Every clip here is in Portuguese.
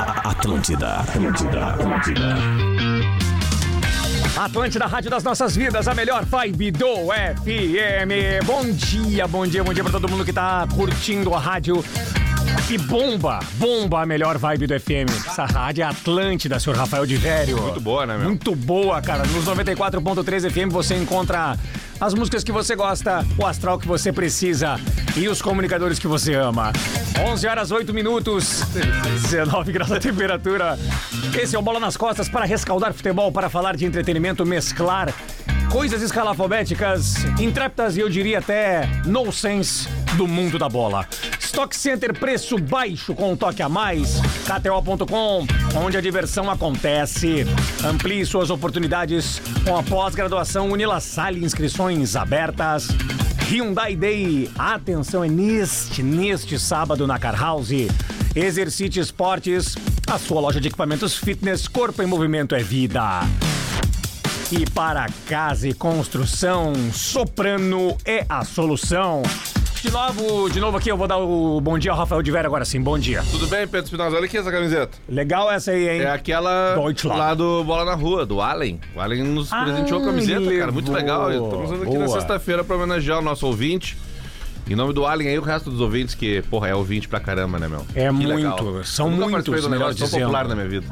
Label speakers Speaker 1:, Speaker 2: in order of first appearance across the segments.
Speaker 1: Atlântida, Atlântida, Atlântida.
Speaker 2: Atlântida, Rádio das Nossas Vidas, a melhor vibe do FM. Bom dia, bom dia, bom dia pra todo mundo que tá curtindo a rádio. E bomba, bomba a melhor vibe do FM. Essa rádio é Atlântida, senhor Rafael de Vério.
Speaker 3: Muito boa, né, meu?
Speaker 2: Muito boa, cara. Nos 94.3 FM você encontra as músicas que você gosta, o astral que você precisa e os comunicadores que você ama. 11 horas 8 minutos, 19 graus a temperatura. Esse é o Bola nas Costas para rescaldar futebol, para falar de entretenimento, mesclar coisas escalafobéticas, intrépidas e eu diria até no sense do mundo da bola. Stock Center, preço baixo com um toque a mais. KTO.com, onde a diversão acontece. Amplie suas oportunidades com a pós-graduação Unilassalle, inscrições abertas. Hyundai Day, atenção é neste, neste sábado na Car House. Exercite Esportes, a sua loja de equipamentos fitness, corpo em movimento é vida. E para casa e construção, Soprano é a solução. De novo, de novo aqui, eu vou dar o bom dia ao Rafael de Vera agora sim. Bom dia.
Speaker 3: Tudo bem, Pedro Espinosa? Olha aqui essa camiseta.
Speaker 2: Legal essa aí, hein?
Speaker 3: É aquela
Speaker 2: Deutschland.
Speaker 3: lá do Bola na Rua, do Allen. O Allen nos
Speaker 2: Ah,
Speaker 3: presenteou a camiseta,
Speaker 2: ele
Speaker 3: cara. Muito
Speaker 2: levou.
Speaker 3: legal. Estamos usando aqui na
Speaker 2: Boa.
Speaker 3: sexta-feira pra homenagear o nosso ouvinte. Em nome do Allen aí, o resto dos ouvintes, que, porra, é ouvinte pra caramba, né, meu?
Speaker 2: É
Speaker 3: Que
Speaker 2: muito, são
Speaker 3: Nunca
Speaker 2: muitos,
Speaker 3: participei de um
Speaker 2: melhor
Speaker 3: negócio tão
Speaker 2: dizendo.
Speaker 3: popular na minha vida.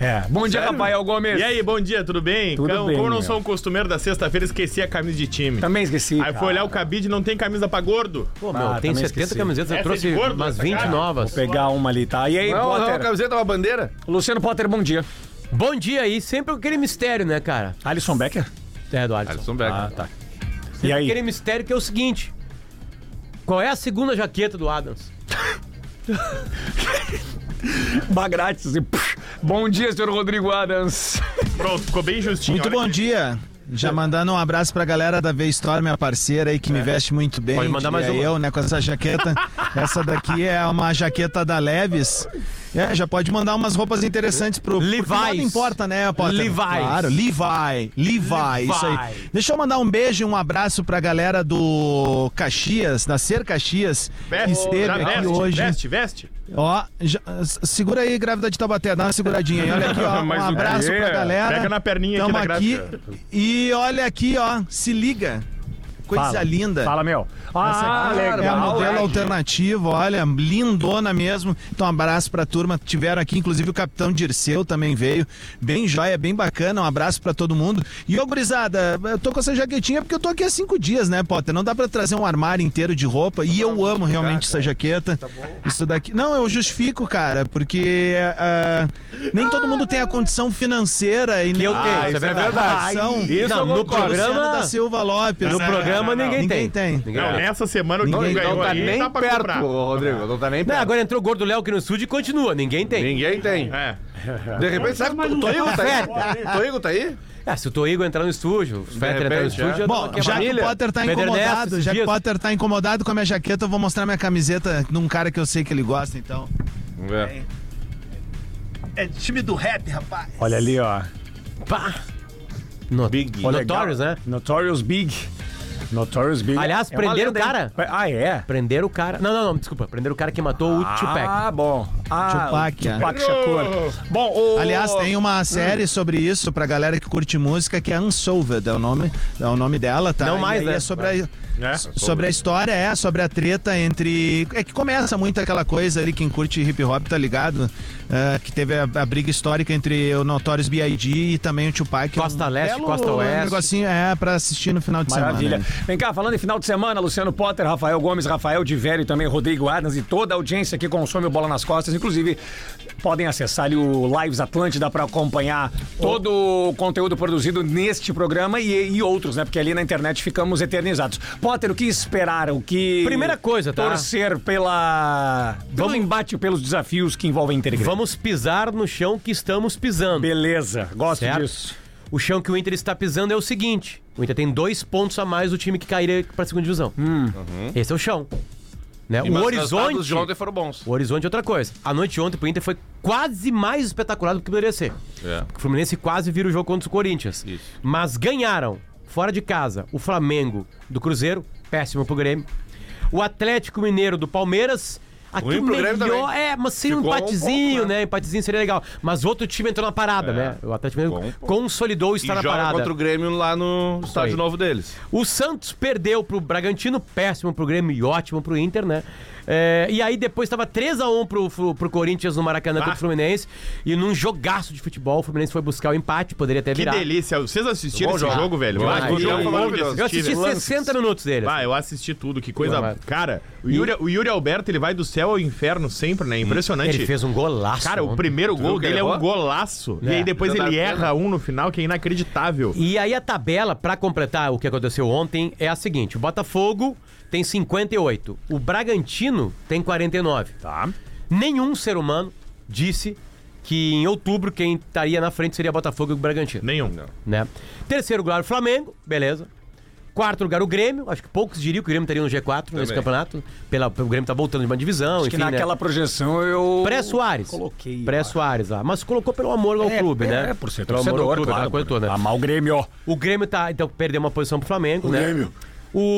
Speaker 2: É. Bom dia, Rafael Gomes.
Speaker 4: E aí, bom dia, tudo bem?
Speaker 2: Tudo
Speaker 4: Como-
Speaker 2: bem,
Speaker 4: como eu
Speaker 2: meu.
Speaker 4: não
Speaker 2: Tá
Speaker 4: sou um costumeiro da sexta-feira, esqueci a camisa de time.
Speaker 2: Também esqueci.
Speaker 4: Aí
Speaker 2: cara.
Speaker 4: fui olhar o cabide, não tem camisa pra gordo.
Speaker 5: Pô,
Speaker 2: Ah,
Speaker 5: meu, tem
Speaker 2: também
Speaker 5: 70
Speaker 2: esqueci.
Speaker 5: camisetas,
Speaker 4: Essa é
Speaker 5: eu trouxe
Speaker 4: de gordo,
Speaker 5: umas
Speaker 4: essa
Speaker 5: 20
Speaker 4: cara.
Speaker 5: novas.
Speaker 2: Pegar uma ali, tá? E aí,
Speaker 3: Não, não, a
Speaker 2: Potter?
Speaker 3: camiseta é uma bandeira?
Speaker 2: Luciano Potter, bom dia.
Speaker 5: Bom dia aí, sempre aquele mistério, né, cara?
Speaker 2: Alisson Becker?
Speaker 5: É, do Alisson.
Speaker 3: Alisson Becker.
Speaker 5: Ah, tá.
Speaker 2: E
Speaker 5: Aquele
Speaker 2: aí?
Speaker 5: mistério que é o seguinte: qual é a segunda jaqueta do Adams?
Speaker 2: Bagrates. e puf. Bom dia, senhor Rodrigo Adams.
Speaker 4: Pronto, ficou bem justinho.
Speaker 6: Muito
Speaker 4: olha
Speaker 6: bom
Speaker 4: aqui.
Speaker 6: dia. Já mandando um abraço pra galera da V-Store, minha parceira aí, que me veste muito bem.
Speaker 5: É. Pode mandar mais
Speaker 6: Diria
Speaker 5: uma.
Speaker 6: eu, né, com essa jaqueta. essa daqui é uma jaqueta da Leves. É, já pode mandar umas roupas interessantes pro... porque
Speaker 5: Levi's.
Speaker 6: nada importa, né, Potter?
Speaker 5: Levi's.
Speaker 6: Claro, Levi. Levi, isso aí. Deixa eu mandar um beijo e um abraço pra galera do Caxias, da Ser Caxias, que
Speaker 4: Veste,
Speaker 6: esteve
Speaker 4: já
Speaker 6: é aqui
Speaker 4: veste,
Speaker 6: hoje.
Speaker 4: veste, veste.
Speaker 6: Ó, já- s- segura aí, grávida de Taubaté, dá uma seguradinha aí. Olha aqui, ó, um
Speaker 4: Mas o
Speaker 6: abraço
Speaker 2: quê?
Speaker 6: pra galera.
Speaker 4: Pega na perninha
Speaker 6: Tamo
Speaker 4: aqui da
Speaker 6: aqui.
Speaker 4: grávida.
Speaker 6: E olha aqui, ó, se liga. Coisa
Speaker 2: Fala.
Speaker 6: linda.
Speaker 2: Fala, meu. Ah, legal.
Speaker 6: É um modelo
Speaker 2: hein?
Speaker 6: alternativo, olha, lindona mesmo. Então, um abraço pra turma. Tiveram aqui, inclusive, o capitão Dirceu também veio. Bem joia, bem bacana. Um abraço pra todo mundo. E, ô, gurizada, eu tô com essa jaquetinha porque eu tô aqui há cinco dias, né, Potter? Não dá pra trazer um armário inteiro de roupa. E eu amo realmente essa jaqueta. Isso daqui. Não, eu justifico, cara, porque ah, nem todo mundo tem a condição financeira e nem
Speaker 5: eu tenho, isso é verdade.
Speaker 6: Ação.
Speaker 5: Isso eu
Speaker 6: no
Speaker 5: concordo.
Speaker 6: programa da Silva Lopes.
Speaker 5: No
Speaker 6: né?
Speaker 5: programa ninguém,
Speaker 6: Ninguém tem.
Speaker 5: Ninguém
Speaker 4: Não,
Speaker 5: tem.
Speaker 4: nessa semana o
Speaker 3: Não,
Speaker 4: Guilherme
Speaker 3: não
Speaker 4: ganhou
Speaker 3: tá
Speaker 4: aí,
Speaker 3: nem
Speaker 4: dá pra
Speaker 3: perto,
Speaker 4: comprar.
Speaker 3: ô, Rodrigo. Não tá nem
Speaker 5: Não,
Speaker 3: perto.
Speaker 5: agora entrou o gordo Léo aqui no estúdio e continua, ninguém tem.
Speaker 3: Ninguém tem.
Speaker 4: É.
Speaker 3: De repente, sabe que o Toigo tá aí? O Toigo tá aí?
Speaker 5: Ah, se o Toigo entrar no estúdio, o Fetter entrar no
Speaker 3: repente,
Speaker 5: estúdio,
Speaker 3: é.
Speaker 5: eu dou uma
Speaker 6: Bom, já que
Speaker 5: quebradinha.
Speaker 6: o Potter tá
Speaker 5: Pedernesta,
Speaker 6: incomodado,
Speaker 5: esses
Speaker 6: já que o
Speaker 5: dias.
Speaker 6: Potter tá incomodado com a minha jaqueta, eu vou mostrar minha camiseta num cara que eu sei que ele gosta, então.
Speaker 3: É.
Speaker 6: É time do rap, rapaz.
Speaker 2: Olha ali, ó.
Speaker 5: Pá! No, Big. Notorious, né?
Speaker 2: Notorious Big. Notorious Big.
Speaker 5: Aliás,
Speaker 2: É uma
Speaker 5: prenderam o
Speaker 2: lenda,
Speaker 5: cara.
Speaker 2: hein? Ah, é?
Speaker 5: Prenderam o cara. Não, não, não, desculpa. Prenderam o cara que matou o Tupac.
Speaker 2: Ah, bom. Ah,
Speaker 6: Tupac, é.
Speaker 2: Tupac Shakur. Bom, o...
Speaker 6: Aliás, tem uma série sobre isso pra galera que curte música, que é Unsolved, é o nome, é o nome dela, tá?
Speaker 5: Não
Speaker 6: E
Speaker 5: mais,
Speaker 6: aí
Speaker 5: né?
Speaker 6: É sobre a,
Speaker 4: É,
Speaker 6: so- sobre a história, é, sobre a treta entre. É que começa muito aquela coisa ali, quem curte hip hop tá ligado, é, que teve a, a briga histórica entre o Notorious B.I.G. e também o Tupac.
Speaker 5: Costa Leste,
Speaker 6: belo
Speaker 5: Costa Oeste.
Speaker 6: negocinho, é, pra assistir no final de
Speaker 2: Maravilha.
Speaker 6: semana. né?
Speaker 2: Vem cá, falando em final de semana, Luciano Potter, Rafael Gomes, Rafael de Vério e também Rodrigo Adams e toda a audiência que consome o Bola nas Costas. Inclusive, podem acessar ali o Lives Atlântida para acompanhar todo o conteúdo produzido neste programa e, e outros, né? Porque ali na internet ficamos eternizados. Potter, o que esperar? O que.
Speaker 5: Primeira coisa, tá?
Speaker 2: Torcer pela. Pelo
Speaker 5: Vamos-
Speaker 2: embate pelos desafios que envolvem Inter e Grêmio.
Speaker 5: Vamos pisar no chão que estamos pisando.
Speaker 2: Beleza, gosto
Speaker 5: Certo.
Speaker 2: disso.
Speaker 5: O chão que o Inter está pisando é o seguinte: o Inter tem dois pontos a mais do time que cairia para a segunda divisão. Esse é o chão. Né?
Speaker 3: E
Speaker 5: O
Speaker 3: mas
Speaker 5: horizonte.
Speaker 3: Os de ontem foram bons.
Speaker 5: O horizonte é outra coisa. A noite de ontem pro Inter foi quase mais espetacular do que poderia ser.
Speaker 3: É.
Speaker 5: O Fluminense quase vira o jogo contra o Corinthians.
Speaker 3: Isso.
Speaker 5: Mas ganharam, fora de casa, o Flamengo do Cruzeiro, péssimo pro Grêmio. O Atlético Mineiro do Palmeiras Aqui
Speaker 3: Ruim
Speaker 5: o
Speaker 3: pro Grêmio
Speaker 5: melhor
Speaker 3: também.
Speaker 5: é, mas seria um
Speaker 3: Ficou um
Speaker 5: empatezinho,
Speaker 3: ponto, né? É,
Speaker 5: né? Empatezinho seria legal. Mas outro time entrou na parada, né? O Atlético Mineiro
Speaker 3: Ficou um ponto.
Speaker 5: consolidou
Speaker 3: E
Speaker 5: estar
Speaker 3: joga
Speaker 5: tá na parada.
Speaker 3: contra o Grêmio lá no estádio
Speaker 5: aí.
Speaker 3: novo deles.
Speaker 5: O Santos perdeu pro Bragantino, péssimo pro Grêmio e ótimo pro Inter, né? É, e aí depois tava 3x1 pro, pro, pro Corinthians no
Speaker 3: Ah.
Speaker 5: Maracanã contra o Fluminense. E num jogaço de futebol, o Fluminense foi buscar o empate, poderia até
Speaker 4: Que
Speaker 5: virar.
Speaker 4: delícia. Vocês assistiram
Speaker 3: Bom
Speaker 4: esse
Speaker 3: jogo.
Speaker 4: jogo, velho?
Speaker 3: Bom
Speaker 4: Ah,
Speaker 3: jogo.
Speaker 4: que
Speaker 3: Bom
Speaker 4: jogo
Speaker 3: jogo.
Speaker 4: maravilhoso.
Speaker 3: Eu
Speaker 5: Eu assisti
Speaker 4: Tive lances.
Speaker 5: 60 minutos dele.
Speaker 4: Ah, eu assisti tudo, que coisa.
Speaker 5: Maravilha.
Speaker 4: Cara, o Yuri, o Yuri Alberto ele vai do céu ao inferno sempre, né? Impressionante.
Speaker 5: Ele fez um golaço.
Speaker 4: Cara, o
Speaker 5: ontem.
Speaker 4: primeiro
Speaker 3: viu
Speaker 4: gol
Speaker 3: que
Speaker 4: dele
Speaker 3: ele
Speaker 4: é um
Speaker 3: errou?
Speaker 4: golaço. E
Speaker 5: É.
Speaker 4: aí depois
Speaker 3: Já tá
Speaker 4: ele
Speaker 3: vendo.
Speaker 4: erra um no final que é inacreditável.
Speaker 5: E aí a tabela, pra completar o que aconteceu ontem, é a seguinte: o Botafogo tem 58, o Bragantino tem 49.
Speaker 4: Tá.
Speaker 5: Nenhum ser humano disse que em outubro quem estaria na frente seria Botafogo e o Bragantino.
Speaker 4: Nenhum.
Speaker 5: né? Terceiro lugar, o Flamengo, beleza. Quarto lugar, o Grêmio. Acho que poucos diriam que o Grêmio estaria no G4 nesse campeonato. Pela, pelo Grêmio tá voltando de uma divisão,
Speaker 2: Acho que
Speaker 5: enfim, né?
Speaker 2: naquela projeção eu.
Speaker 5: Pré Soares.
Speaker 2: Coloquei.
Speaker 5: Pré
Speaker 2: ó.
Speaker 5: Soares lá. Mas colocou pelo amor ao
Speaker 2: É,
Speaker 5: clube,
Speaker 2: é,
Speaker 5: né?
Speaker 2: É, por ser
Speaker 5: pelo amor
Speaker 2: torcedor,
Speaker 5: ao clube, né?
Speaker 2: claro.
Speaker 5: aquela coisa toda.
Speaker 2: Amar o Grêmio, ó.
Speaker 5: O Grêmio tá, então, perdeu uma posição pro Flamengo, né? Grêmio.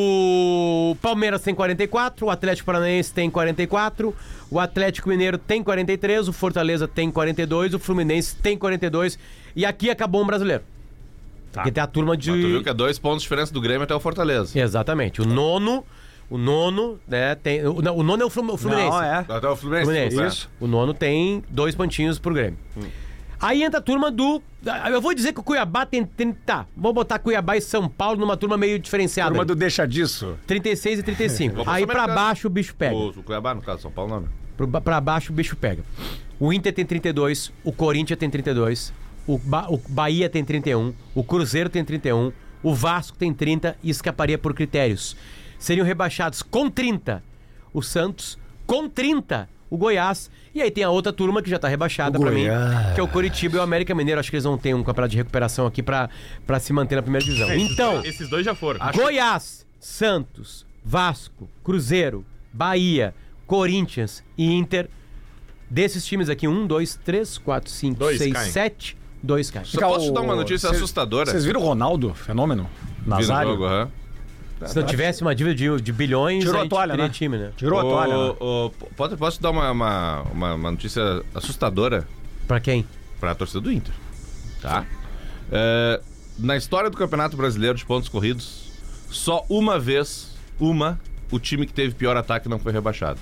Speaker 5: O Palmeiras tem 44, o Atlético Paranaense tem 44, o Atlético Mineiro tem 43, o Fortaleza tem 42, o Fluminense tem 42 e aqui acabou um brasileiro.
Speaker 2: Tá.
Speaker 5: Porque tem a turma de
Speaker 3: Mas tu viu que é dois pontos de diferença do Grêmio até o Fortaleza.
Speaker 5: É. Exatamente. O nono, o nono, né, tem... O, não, o nono é o Flu- o Fluminense.
Speaker 2: Não, é.
Speaker 3: Até o Fluminense.
Speaker 5: Fluminense.
Speaker 3: tá?
Speaker 5: Isso. O nono tem dois pontinhos pro Grêmio. Aí entra a turma do... ah, Eu vou dizer que o Cuiabá tem... tem- tá, vou botar Cuiabá e São Paulo numa turma meio diferenciada.
Speaker 2: Turma
Speaker 5: aí.
Speaker 2: do deixa disso.
Speaker 5: 36 e 35.
Speaker 3: Vou pro
Speaker 5: Aí pra
Speaker 3: Sul-Americano.
Speaker 5: baixo o bicho pega.
Speaker 3: O, o Cuiabá, no caso, São Paulo não. né?
Speaker 5: Pro ba- Pra baixo o bicho pega. O Inter tem 32, o Corinthians tem 32, o, Ba- o Bahia tem 31, o Cruzeiro tem 31, o Vasco tem 30 e escaparia por critérios. Seriam rebaixados com 30 o Santos, com 30 o Goiás, e aí tem a outra turma que já tá rebaixada pra mim, que é o Curitiba e o América Mineiro. Acho que eles vão ter um campeonato de recuperação aqui pra pra se manter na primeira divisão. Então,
Speaker 4: Esses dois já foram.
Speaker 5: Goiás, Santos, Vasco, Cruzeiro, Bahia, Corinthians e Inter. Desses times aqui, um, dois, três, quatro, cinco,
Speaker 4: Dois
Speaker 5: seis,
Speaker 4: caem.
Speaker 5: sete, dois caem.
Speaker 3: Só posso dar uma notícia assustadora?
Speaker 2: Vocês viram o Ronaldo? Fenômeno?
Speaker 3: Vi no
Speaker 2: Nazário?
Speaker 3: jogo, aham.
Speaker 5: Se não tivesse uma dívida de, de bilhões,
Speaker 2: Tirou
Speaker 5: a
Speaker 2: a
Speaker 5: gente
Speaker 2: toalha,
Speaker 5: teria
Speaker 2: né?
Speaker 5: time, né?
Speaker 2: Tirou a toalha. né?
Speaker 3: Ô, ô, pode, posso te dar uma, uma, uma- uma notícia assustadora
Speaker 5: Pra quem?
Speaker 3: pra torcida do Inter? Tá? É, na história do Campeonato Brasileiro de Pontos Corridos, só uma vez, uma, o time que teve pior ataque não foi rebaixado.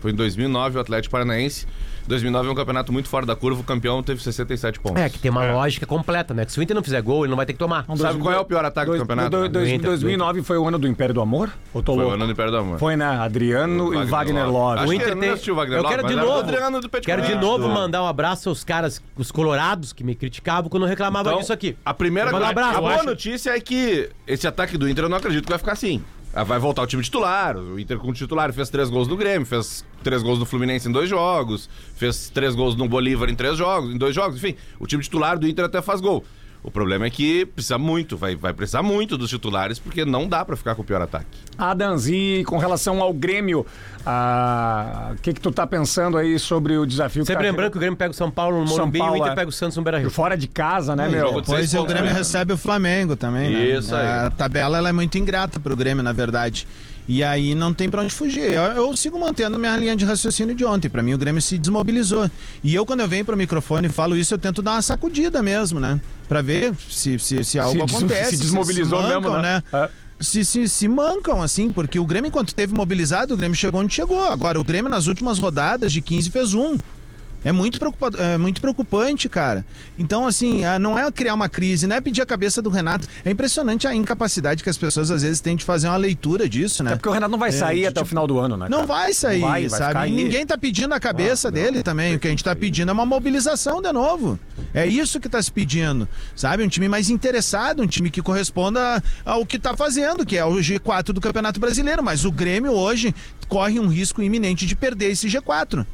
Speaker 3: Foi em 2009, o Atlético Paranaense. 2009 é um campeonato muito fora da curva, o campeão teve 67 pontos.
Speaker 5: É, que tem uma lógica completa, né? Que se o Inter não fizer gol, ele não vai ter que tomar.
Speaker 3: Sabe qual é o pior ataque
Speaker 2: Dois-
Speaker 3: do campeonato?
Speaker 2: dois- dois-
Speaker 5: Do Inter,
Speaker 2: 2009 foi o ano do Império do Amor? Ou tô
Speaker 3: Foi o
Speaker 2: louco?
Speaker 3: ano do Império do Amor.
Speaker 2: Foi, né? Adriano e Wagner Love.
Speaker 3: Acho
Speaker 5: O
Speaker 3: que
Speaker 5: Inter
Speaker 3: eu não
Speaker 5: tem-
Speaker 3: assisti o Wagner
Speaker 5: Eu
Speaker 3: Love,
Speaker 5: quero
Speaker 3: mas
Speaker 5: de
Speaker 3: era do
Speaker 5: novo-
Speaker 3: Adriano do Pet
Speaker 5: Quero de
Speaker 3: Corinthians.
Speaker 5: novo
Speaker 3: Do-
Speaker 5: mandar um abraço aos caras, os colorados que me criticavam quando eu reclamava
Speaker 3: Então,
Speaker 5: disso aqui.
Speaker 3: A primeira
Speaker 5: Manda um abraço,
Speaker 3: a
Speaker 5: eu
Speaker 3: boa
Speaker 5: acho.
Speaker 3: notícia é que esse ataque do Inter eu não acredito que vai ficar assim. Ah, Vai voltar o time titular. O Inter com o titular fez três gols no Grêmio, fez três gols no Fluminense em dois jogos, fez três gols no Bolívar em três jogos, em dois jogos, enfim. O time titular do Inter até faz gol. O problema é que precisa muito, vai, vai precisar muito dos titulares, porque não dá pra ficar com o pior ataque.
Speaker 2: Adams, e com relação ao Grêmio, ah, o que, que tu tá pensando aí sobre o desafio
Speaker 5: Sempre
Speaker 2: que tá
Speaker 5: lembrando que o Grêmio pega o São Paulo no
Speaker 2: São
Speaker 5: Morumbi e o
Speaker 2: Paulo,
Speaker 5: Inter
Speaker 2: é.
Speaker 5: pega o Santos no Beira-Rio.
Speaker 2: Fora de casa, né, meu?
Speaker 3: jogo de
Speaker 6: Pois
Speaker 3: seis
Speaker 6: é, o
Speaker 3: pontos,
Speaker 6: Grêmio
Speaker 3: né?
Speaker 6: recebe o Flamengo também, né?
Speaker 3: Isso aí.
Speaker 6: A tabela ela é muito ingrata pro Grêmio, na verdade. E aí não tem pra onde fugir. Eu, eu sigo mantendo minha linha de raciocínio de ontem. Pra mim o Grêmio se desmobilizou. E eu quando eu venho pro microfone e falo isso, eu tento dar uma sacudida mesmo, né? Pra ver se, se, se algo
Speaker 2: des-
Speaker 6: acontece.
Speaker 2: se desmobilizou
Speaker 6: eles
Speaker 2: mesmo, né? É.
Speaker 6: se, se, se mancam, assim, porque o Grêmio, enquanto teve mobilizado, o Grêmio chegou onde chegou. Agora, o Grêmio, nas últimas rodadas de 15, fez um. É muito, preocupa- é muito preocupante, cara. Então, assim, ah, não é criar uma crise, não é pedir a cabeça do Renato. É impressionante a incapacidade que as pessoas às vezes têm de fazer uma leitura disso, né?
Speaker 2: É porque o Renato não vai sair
Speaker 6: de-
Speaker 2: até o final do ano, né?
Speaker 6: Não
Speaker 2: cara?
Speaker 6: vai sair,
Speaker 2: Não vai, vai
Speaker 6: sabe?
Speaker 2: ficar aí.
Speaker 6: Ninguém tá pedindo a cabeça dele também. O que a gente tá pedindo é uma mobilização de novo. É isso que tá se pedindo, sabe? Um time mais interessado, um time que corresponda ao que tá fazendo, que é o G4 do Campeonato Brasileiro. Mas o Grêmio hoje corre um risco iminente de perder esse G4.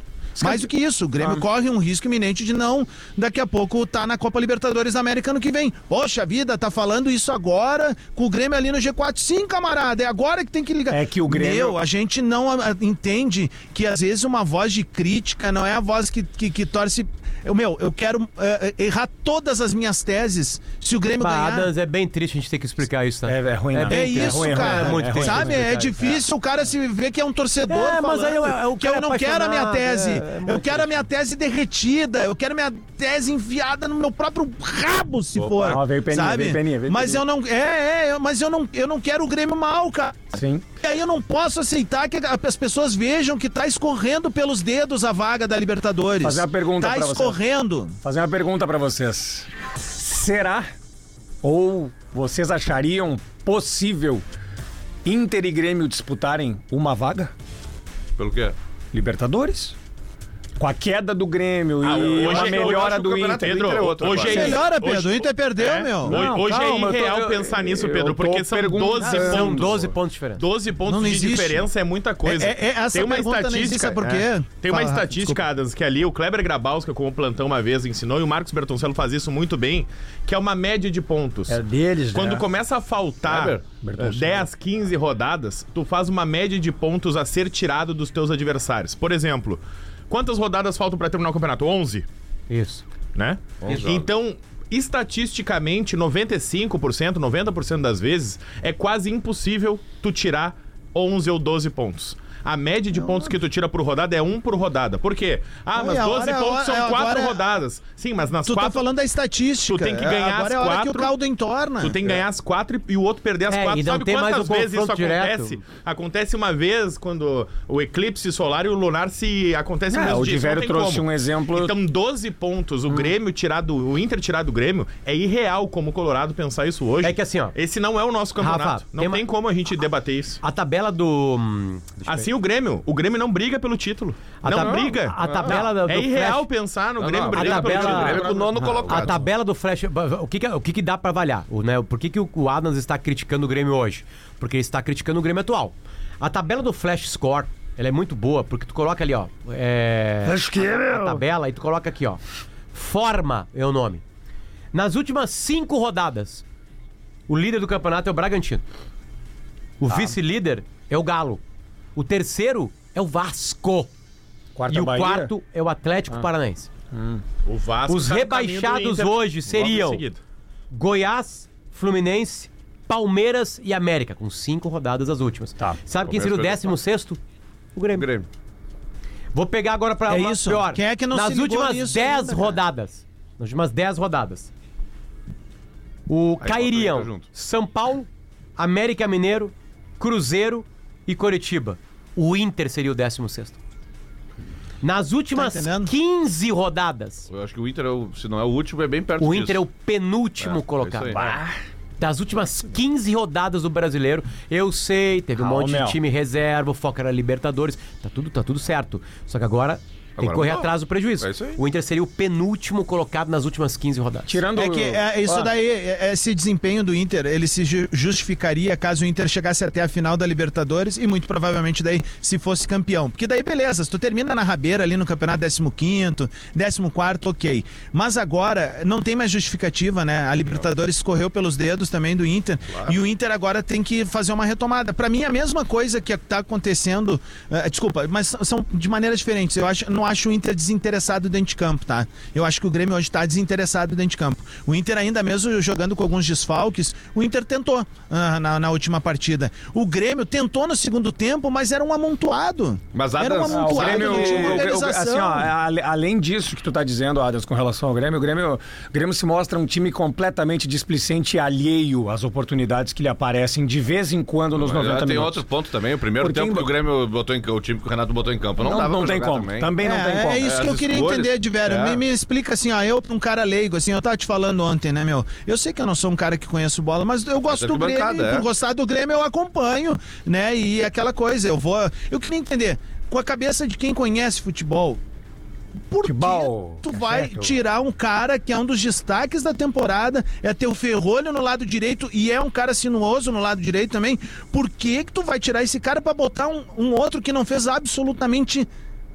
Speaker 6: Mais do que isso, o
Speaker 2: Ah.
Speaker 6: Grêmio corre um risco iminente de não, daqui a pouco, tá na Copa Libertadores da América ano que vem. Poxa vida, tá falando isso agora com o Grêmio ali no G4. Sim, camarada, é agora que tem que ligar.
Speaker 2: É que o Grêmio-
Speaker 6: Meu, a gente não ah, ah, entende que às vezes uma voz de crítica não é a voz que, que, que torce. Eu, meu, eu quero eh, eh, errar todas as minhas teses se o Grêmio
Speaker 5: Bah,
Speaker 6: ganhar.
Speaker 5: Adams, é bem triste a gente ter que explicar isso, tá?
Speaker 2: É, é ruim, né?
Speaker 5: bem
Speaker 6: É
Speaker 5: triste,
Speaker 6: isso,
Speaker 2: ruim, é
Speaker 6: cara.
Speaker 2: ruim, é muito triste,
Speaker 6: Sabe?
Speaker 5: é
Speaker 6: É
Speaker 5: complicado.
Speaker 6: difícil o cara se ver que é um torcedor.
Speaker 5: É, mas
Speaker 6: falando,
Speaker 5: aí eu- eu
Speaker 6: que
Speaker 5: quero
Speaker 6: eu não quero a minha
Speaker 5: apaixonado,
Speaker 6: tese.
Speaker 5: é- é muito
Speaker 6: eu quero a minha tese derretida. Eu quero minha tese enfiada no meu próprio rabo, se for.
Speaker 2: Ó, veio peninha,
Speaker 6: sabe?
Speaker 2: veio peninha, veio
Speaker 6: mas
Speaker 2: peninha.
Speaker 6: eu não. É, é, eu- mas eu não, eu não quero o Grêmio mal, cara.
Speaker 2: Sim.
Speaker 6: E aí eu não posso aceitar que a- as pessoas vejam que tá escorrendo pelos dedos a vaga da Libertadores.
Speaker 2: Fazer uma pergunta
Speaker 6: Tá
Speaker 2: pra você.
Speaker 6: escorrendo.
Speaker 2: Fazer uma pergunta pra vocês. Será ou vocês achariam possível Inter e Grêmio disputarem uma vaga?
Speaker 3: Pelo quê?
Speaker 2: Libertadores? Com a queda do Grêmio
Speaker 4: Ah,
Speaker 2: e
Speaker 4: hoje-
Speaker 2: a
Speaker 4: hoje
Speaker 2: melhora
Speaker 4: o
Speaker 2: do
Speaker 3: campeonato
Speaker 2: Inter.
Speaker 3: do Inter é outro
Speaker 4: hoje
Speaker 3: agora.
Speaker 4: é
Speaker 6: Melhora, Pedro.
Speaker 4: hoje-
Speaker 6: o Inter perdeu,
Speaker 4: é,
Speaker 6: meu.
Speaker 4: hoje-
Speaker 2: Não,
Speaker 4: hoje
Speaker 2: calma, eu tô-
Speaker 4: é irreal
Speaker 2: eu-
Speaker 4: pensar nisso,
Speaker 2: eu tô
Speaker 4: Pedro, porque são 12
Speaker 2: perguntando.
Speaker 4: pontos.
Speaker 5: São 12 pontos diferentes.
Speaker 4: 12 pontos
Speaker 6: É, Não, não
Speaker 4: de
Speaker 6: existe.
Speaker 4: diferença é muita coisa.
Speaker 6: É, é, é, essa
Speaker 4: Tem uma
Speaker 6: pergunta não
Speaker 4: estatística.
Speaker 6: existe, sabe por quê?
Speaker 4: é. Tem uma
Speaker 6: Fala, Rafa,
Speaker 4: estatística, Adams, que ali o Kleber Grabowska, como plantão uma vez, ensinou, e o Marcos Bertoncello faz isso muito bem, que é uma média de pontos.
Speaker 6: É
Speaker 2: deles,
Speaker 4: Quando começa a faltar
Speaker 3: Kleber,
Speaker 4: eh, 10, 15 rodadas, tu faz uma média de pontos a ser tirado dos teus adversários. Por exemplo, quantas rodadas faltam pra terminar o campeonato? 11,
Speaker 5: Isso.
Speaker 4: né? Então, estatisticamente, 95%, 90% das vezes, é quase impossível tu tirar 11 ou 12 pontos. A média de pontos que tu tira por rodada é um por rodada. Por quê? Ah,
Speaker 6: Não,
Speaker 4: mas
Speaker 6: e
Speaker 4: 12
Speaker 6: agora é a
Speaker 4: pontos
Speaker 6: hora-
Speaker 4: são
Speaker 6: é
Speaker 4: quatro
Speaker 6: agora-
Speaker 4: rodadas. Sim, mas nas
Speaker 6: Tu
Speaker 4: quatro
Speaker 6: tá falando da estatística.
Speaker 4: Tu tem que ganhar
Speaker 6: Agora é a
Speaker 4: as
Speaker 6: hora que o
Speaker 4: quatro.
Speaker 6: caldo entorna.
Speaker 4: Tu tem que ganhar as quatro e- e o outro perder as
Speaker 5: É,
Speaker 4: quatro.
Speaker 5: e não
Speaker 4: Sabe
Speaker 5: tem mais
Speaker 4: quantas
Speaker 5: o
Speaker 4: vezes isso
Speaker 5: confronto direto?
Speaker 4: acontece? Acontece uma vez quando o eclipse solar e o lunar se acontecem
Speaker 2: É,
Speaker 5: Ah,
Speaker 4: no mesmo
Speaker 2: o
Speaker 4: dia. isso
Speaker 2: Diverio
Speaker 4: não tem
Speaker 2: trouxe
Speaker 4: como.
Speaker 2: um exemplo-
Speaker 4: Então, 12 pontos,
Speaker 5: Hum.
Speaker 4: o Grêmio tirado, o Inter tirado do Grêmio, é irreal como o Colorado pensar isso hoje.
Speaker 5: É que assim, ó.
Speaker 4: Esse não é o nosso campeonato.
Speaker 5: Rafa,
Speaker 4: não
Speaker 5: tem
Speaker 4: tem,
Speaker 5: uma-
Speaker 4: como a gente debater isso.
Speaker 5: A tabela do. hum, deixa eu ver.
Speaker 4: Assim o Grêmio. O Grêmio não briga pelo título.
Speaker 5: A
Speaker 4: não
Speaker 5: tab-
Speaker 4: briga.
Speaker 5: a tabela
Speaker 4: Não,
Speaker 5: do-
Speaker 4: É
Speaker 5: do
Speaker 4: irreal
Speaker 5: Flash.
Speaker 4: pensar no
Speaker 3: Não, não,
Speaker 4: Grêmio briga pelo
Speaker 5: a tabela-
Speaker 4: título.
Speaker 3: O Grêmio é do nono
Speaker 5: A
Speaker 3: colocado.
Speaker 5: tabela do Flash. O que, que- o que, que dá pra avaliar? O, né, por que, que o- o Adams está criticando o Grêmio hoje? Porque ele está criticando o Grêmio atual. A tabela do Flash Score ela é muito boa, porque tu coloca ali, ó. É, a tabela e tu coloca aqui, ó. Forma é o nome. Nas últimas cinco rodadas, o líder do campeonato é o Bragantino. O
Speaker 2: Tá.
Speaker 5: vice-líder é o Galo. O terceiro é o Vasco.
Speaker 2: Quarta
Speaker 5: e o
Speaker 2: Bahia? Ah.
Speaker 5: quarto é o Atlético Paranaense.
Speaker 4: O Vasco
Speaker 5: Os
Speaker 4: tá no caminho do
Speaker 5: rebaixados
Speaker 4: Inter.
Speaker 5: hoje
Speaker 4: Logo
Speaker 5: seriam-
Speaker 4: em seguida.
Speaker 5: Goiás, Fluminense, Palmeiras e América, com cinco rodadas as últimas.
Speaker 2: Tá.
Speaker 5: Sabe quem
Speaker 3: Palmeiras
Speaker 5: seria o
Speaker 3: perdeu.
Speaker 5: décimo sexto? O Grêmio.
Speaker 3: Grêmio.
Speaker 5: Vou pegar agora pra
Speaker 6: É
Speaker 5: uma
Speaker 6: isso.
Speaker 5: pior.
Speaker 6: Quem é que não
Speaker 5: Nas
Speaker 6: se ligou
Speaker 5: últimas
Speaker 6: nisso
Speaker 5: 10
Speaker 6: ainda, cara?
Speaker 5: rodadas. Nas últimas 10 rodadas. O
Speaker 3: Aí,
Speaker 5: cairiam
Speaker 3: bota o Inter junto.
Speaker 5: São Paulo, América Mineiro, Cruzeiro e Coritiba. O Inter seria o décimo sexto. Nas últimas
Speaker 6: Tá entendendo?
Speaker 5: 15 rodadas,
Speaker 3: Eu acho que o Inter, é o- se não é o último, é bem perto
Speaker 5: o Inter é
Speaker 3: disso.
Speaker 5: o penúltimo
Speaker 3: É, é
Speaker 5: colocado.
Speaker 3: isso aí.
Speaker 5: Ah, das últimas 15 rodadas do brasileiro, eu sei, teve um
Speaker 2: Ah,
Speaker 5: monte
Speaker 2: ô, meu.
Speaker 5: de time reserva, o foco era Libertadores, tá tudo, tá tudo certo. Só que agora, tem que
Speaker 3: Agora
Speaker 5: correr
Speaker 3: mudou.
Speaker 5: atrás do prejuízo.
Speaker 3: É isso aí.
Speaker 5: o Inter seria o penúltimo colocado nas últimas 15 rodadas.
Speaker 2: Tirando Ah.
Speaker 6: É que é, isso
Speaker 2: Ó,
Speaker 6: daí, é- esse desempenho do Inter, ele se ju- justificaria caso o Inter chegasse até a final da Libertadores e muito provavelmente daí se fosse campeão. Porque daí, beleza, se tu termina na rabeira ali no campeonato 15º, 14º, ok. Mas agora não tem mais justificativa, né? A Libertadores correu pelos dedos também do Inter e o Inter agora tem que fazer uma retomada. Pra mim é a mesma coisa que tá acontecendo, eh, desculpa, mas s- são de maneiras diferentes. Eu acho, não acho o Inter desinteressado dentro de campo, tá? Eu acho que o Grêmio hoje tá desinteressado dentro de campo. O Inter ainda mesmo jogando com alguns desfalques, o Inter tentou ah, na, na última partida. O Grêmio tentou no segundo tempo, mas era um amontoado.
Speaker 3: Mas,
Speaker 6: era um
Speaker 3: Adams,
Speaker 2: Ah, o
Speaker 6: amontoado,
Speaker 2: Grêmio,
Speaker 6: não tinha
Speaker 2: o
Speaker 6: uma
Speaker 2: Grêmio-
Speaker 6: organização.
Speaker 2: assim, ó, ale- além disso que tu tá dizendo, Adams, com relação ao Grêmio, o Grêmio, o Grêmio se mostra um time completamente displicente e alheio às oportunidades que lhe aparecem de vez em quando nos
Speaker 3: Mas ah,
Speaker 2: 90
Speaker 3: tem
Speaker 2: minutos.
Speaker 3: outro ponto também. O primeiro
Speaker 2: Porque
Speaker 3: tempo
Speaker 2: ainda-
Speaker 3: que o Grêmio botou em o time que o Renato botou em campo. Não,
Speaker 2: Não,
Speaker 3: dava
Speaker 2: não
Speaker 3: pra
Speaker 2: tem
Speaker 3: jogar
Speaker 2: como. Também,
Speaker 3: Também.
Speaker 2: não tem
Speaker 6: é,
Speaker 2: como.
Speaker 6: é isso
Speaker 3: É,
Speaker 6: que eu
Speaker 3: as
Speaker 6: queria
Speaker 3: escolhas.
Speaker 6: entender, de
Speaker 3: É.
Speaker 6: Me, me explica assim, ó, eu um cara leigo, assim, eu tava te falando ontem, né, meu? Eu sei que eu não sou um cara que conheço bola, mas eu
Speaker 3: Mas
Speaker 6: gosto
Speaker 3: é
Speaker 6: do Grêmio,
Speaker 3: arquibancada,
Speaker 6: e por
Speaker 3: é.
Speaker 6: gostar do Grêmio eu acompanho, né? E aquela coisa, eu vou... Eu queria entender, com a cabeça de quem conhece futebol, por
Speaker 2: Futebol,
Speaker 6: que tu
Speaker 2: tá
Speaker 6: vai
Speaker 2: certo.
Speaker 6: tirar um cara que é um dos destaques da temporada, é teu ferrolho no lado direito e é um cara sinuoso no lado direito também? Por que que tu vai tirar esse cara pra botar um, um outro que não fez absolutamente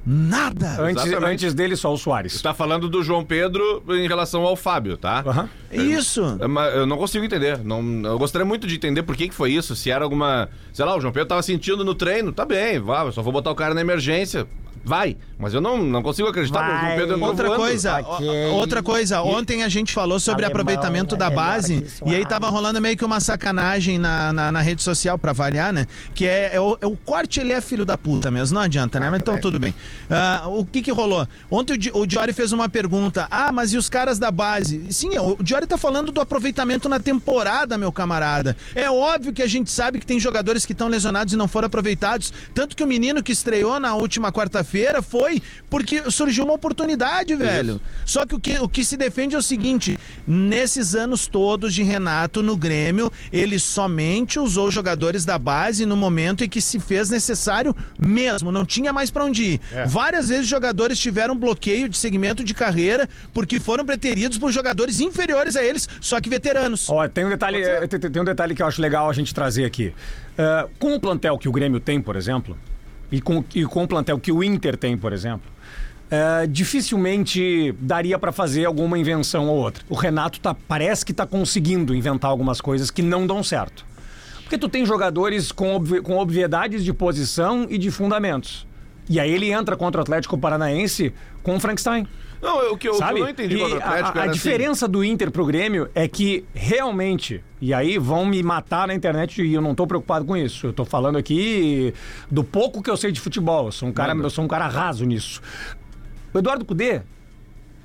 Speaker 6: Nada.
Speaker 2: Antes,
Speaker 3: Exatamente.
Speaker 2: antes dele, só o Soares.
Speaker 3: Tá falando do João Pedro em relação ao Fábio, tá?
Speaker 2: Aham.
Speaker 6: Isso.
Speaker 3: É, mas Eu não consigo entender. Não, eu gostaria muito de entender por que, que foi isso. Se era alguma. Sei lá, o João Pedro tava sentindo no treino. Tá bem, vá, eu só vou botar o cara na emergência. Vai. Mas eu não, não consigo acreditar porque o João
Speaker 7: Vai.
Speaker 3: Pedro entrou
Speaker 6: Outra
Speaker 3: voando.
Speaker 6: coisa,
Speaker 7: Ok.
Speaker 6: o- outra coisa, ontem a gente falou sobre
Speaker 7: Alemão
Speaker 6: aproveitamento
Speaker 7: é
Speaker 6: da
Speaker 7: melhor
Speaker 6: base
Speaker 7: que isso,
Speaker 6: e aí
Speaker 7: ah.
Speaker 6: tava rolando meio que uma sacanagem na, na, na rede social pra variar, né? Que é, é o, é o corte, ele é filho da puta mesmo, não adianta, né? Mas então tudo bem. Ah, o que que rolou? Ontem o, Di- o Diori fez uma pergunta, ah, mas e os caras da base? Sim, o, o Diori tá falando do aproveitamento na temporada, meu camarada. É óbvio que a gente sabe que tem jogadores que estão lesionados e não foram aproveitados, tanto que o menino que estreou na última quarta-feira foi porque surgiu uma oportunidade, velho. Só que o, que o que se defende é o seguinte: nesses anos todos de Renato no Grêmio, ele somente usou jogadores da base no momento em que se fez necessário mesmo, não tinha mais pra onde ir. Várias vezes jogadores tiveram bloqueio de segmento de carreira porque foram preteridos por jogadores inferiores a eles, só que veteranos.
Speaker 2: Ó, tem um detalhe, eh, tem, tem um detalhe que eu acho legal a gente trazer aqui. Ah, com o plantel que o Grêmio tem, por exemplo, e com, e com o plantel que o Inter tem, por exemplo, ah, dificilmente daria pra fazer alguma invenção ou outra. O Renato tá, parece que tá conseguindo inventar algumas coisas que não dão certo. Porque tu tem jogadores com, obvi- com obviedades de posição e de fundamentos. E aí ele entra contra o Atlético Paranaense com o Frankenstein.
Speaker 3: Não, eu- o que eu, o que eu
Speaker 2: Sabe?
Speaker 3: não entendi
Speaker 2: E
Speaker 3: contra o
Speaker 2: a-
Speaker 3: Atlético
Speaker 2: a, a
Speaker 3: era assim,
Speaker 2: diferença do Inter pro Grêmio é que realmente, e aí vão me matar na internet e eu não tô preocupado com isso. Eu tô falando aqui do pouco que eu sei de futebol. Eu sou um cara, eu sou um cara raso nisso. O Eduardo Cudê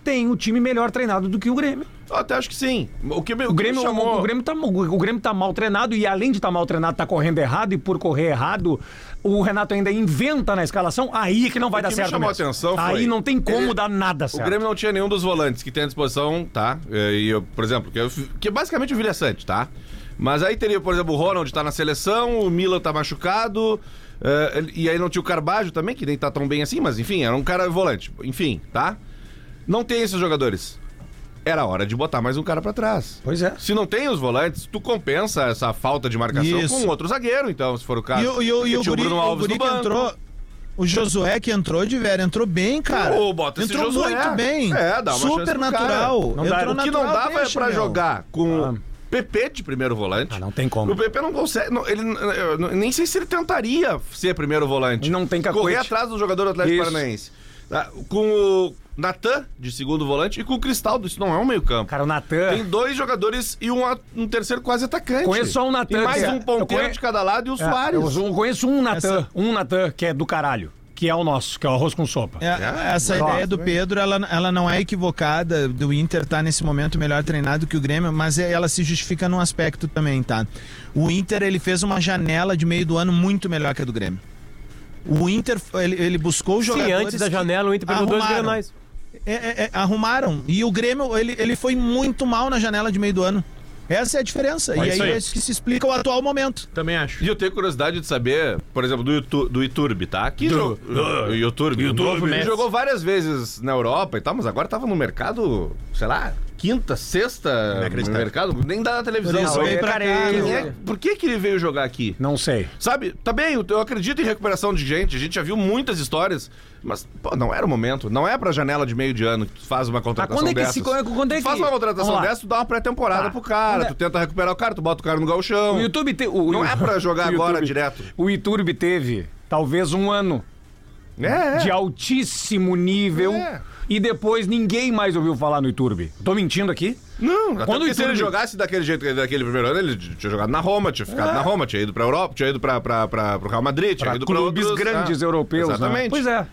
Speaker 2: tem o time melhor treinado do que o Grêmio.
Speaker 3: Eu até acho que sim. O que
Speaker 2: O Grêmio,
Speaker 3: chamou...
Speaker 2: o, Grêmio tá, o Grêmio tá mal treinado e além de estar mal treinado, tá correndo errado e por correr errado, o Renato ainda inventa na escalação, aí que não vai
Speaker 3: O
Speaker 2: dar
Speaker 3: que me
Speaker 2: certo
Speaker 3: chamou a
Speaker 2: mesmo.
Speaker 3: atenção foi-
Speaker 2: aí não tem como
Speaker 3: Ele-
Speaker 2: dar nada
Speaker 3: O
Speaker 2: certo.
Speaker 3: Grêmio não tinha nenhum dos volantes que tem à disposição, tá? É, E eu, por exemplo, que, eu- que é basicamente o Vilha Sante, tá? Mas aí teria, por exemplo, o Ronald tá na seleção, o Milan tá machucado, é, ele- e aí não tinha o Carbajo também, que nem tá tão bem assim, mas enfim, era um cara volante. Enfim, tá? Não tem esses jogadores. Era hora de botar mais um cara pra trás.
Speaker 2: Pois é.
Speaker 3: Se não tem os volantes, tu compensa essa falta de marcação
Speaker 6: Isso.
Speaker 3: com outro zagueiro, então, se for o caso.
Speaker 6: E, o- e, o- e
Speaker 3: Porque
Speaker 6: o
Speaker 3: tinha
Speaker 6: guri,
Speaker 3: Bruno
Speaker 6: o
Speaker 3: Alves
Speaker 6: guri
Speaker 3: no
Speaker 6: que
Speaker 3: banco.
Speaker 6: entrou. O Josué que entrou de velho, entrou bem, cara.
Speaker 3: Ô, bota esse
Speaker 6: entrou
Speaker 3: Josué.
Speaker 6: muito bem.
Speaker 3: É, dá uma chance
Speaker 6: Super
Speaker 3: pro
Speaker 6: natural.
Speaker 2: Não
Speaker 3: cara.
Speaker 2: dá-
Speaker 6: entrou
Speaker 3: O que não
Speaker 6: natural,
Speaker 3: dava é
Speaker 6: deixa,
Speaker 3: pra
Speaker 6: meu.
Speaker 3: jogar com
Speaker 2: Ah.
Speaker 3: PP de primeiro volante.
Speaker 2: Ah, não tem como.
Speaker 3: O PP não consegue. não, ele, eu não- nem sei se ele tentaria ser primeiro volante.
Speaker 2: Não tem cacoete.
Speaker 3: Correr atrás do jogador do Atlético
Speaker 2: Isso.
Speaker 3: Paranaense. Tá, Com o Natan de segundo volante e com o Cristaldo. Isso não é um meio-campo.
Speaker 2: Cara, o Natan...
Speaker 3: Tem dois jogadores e um, a- um terceiro quase atacante.
Speaker 2: Conheço só um Natan,
Speaker 3: E mais
Speaker 2: que é-
Speaker 3: um ponteiro
Speaker 2: eu conhe-
Speaker 3: de cada lado e o
Speaker 2: É,
Speaker 3: Soares.
Speaker 2: Eu sou- conheço um Natan,
Speaker 6: Essa-
Speaker 2: um Natan que é do caralho, que é o nosso, que é o arroz com sopa.
Speaker 6: É, essa ideia do Pedro, ela, ela não é equivocada, do Inter tá nesse momento melhor treinado que o Grêmio, mas é- ela se justifica num aspecto também, tá? O Inter, ele fez uma janela de meio do ano muito melhor que a do Grêmio. O Inter, ele, ele buscou os
Speaker 5: Sim,
Speaker 6: jogadores...
Speaker 5: antes da
Speaker 6: que
Speaker 5: janela o Inter perdeu dois
Speaker 6: arrumaram.
Speaker 5: granais.
Speaker 6: É, é, é, arrumaram. E o Grêmio, ele, ele foi muito mal na janela de meio do ano. Essa é a diferença.
Speaker 4: É
Speaker 6: e aí,
Speaker 4: isso aí.
Speaker 6: é isso que se explica o atual momento.
Speaker 4: Também acho.
Speaker 3: E eu tenho curiosidade de saber, por exemplo, do, Yutu, do Iturbe, tá? Que jogou. YouTube.
Speaker 4: Novo Messi.
Speaker 3: jogou várias vezes na Europa e tal, mas agora tava no mercado, sei lá, quinta, sexta. No mercado, nem dá na televisão.
Speaker 6: Não,
Speaker 3: Quem
Speaker 6: veio pra cá,
Speaker 3: é-
Speaker 6: não.
Speaker 3: por que, que ele veio jogar aqui?
Speaker 2: Não sei.
Speaker 3: Sabe, tá bem, eu- eu acredito em recuperação de gente, a gente já viu muitas histórias, mas pô, não era o momento, não é pra janela de meio de ano que tu faz uma contratação
Speaker 2: quando é que
Speaker 3: dessas.
Speaker 2: se- quando é
Speaker 3: Tu
Speaker 2: que-
Speaker 3: faz uma
Speaker 2: Vamos
Speaker 3: contratação
Speaker 2: lá.
Speaker 3: dessa, tu dá uma pré-temporada
Speaker 2: Tá.
Speaker 3: pro cara,
Speaker 2: Quando é-
Speaker 3: tu tenta recuperar o cara, tu bota o cara no galchão.
Speaker 2: O YouTube te- o-
Speaker 3: Não
Speaker 2: o-
Speaker 3: é pra jogar
Speaker 2: o
Speaker 3: agora
Speaker 2: YouTube-
Speaker 3: direto.
Speaker 2: O YouTube teve talvez um ano
Speaker 3: É,
Speaker 2: de altíssimo nível
Speaker 3: É.
Speaker 2: e depois ninguém mais ouviu falar no YouTube. Tô mentindo aqui?
Speaker 3: Não, até
Speaker 2: Quando
Speaker 3: porque
Speaker 2: o
Speaker 3: se ele
Speaker 2: Iturbe-
Speaker 3: jogasse daquele jeito, que- daquele primeiro ano, ele tinha jogado na Roma, tinha ficado na Roma, tinha ido pra Europa, tinha ido pra, pra, pra, pro Real Madrid, tinha
Speaker 2: É. Pra
Speaker 3: ido pra
Speaker 2: clubes
Speaker 3: outros,
Speaker 2: grandes
Speaker 3: ah,
Speaker 2: europeus. né?
Speaker 3: Exatamente.
Speaker 2: Pois é.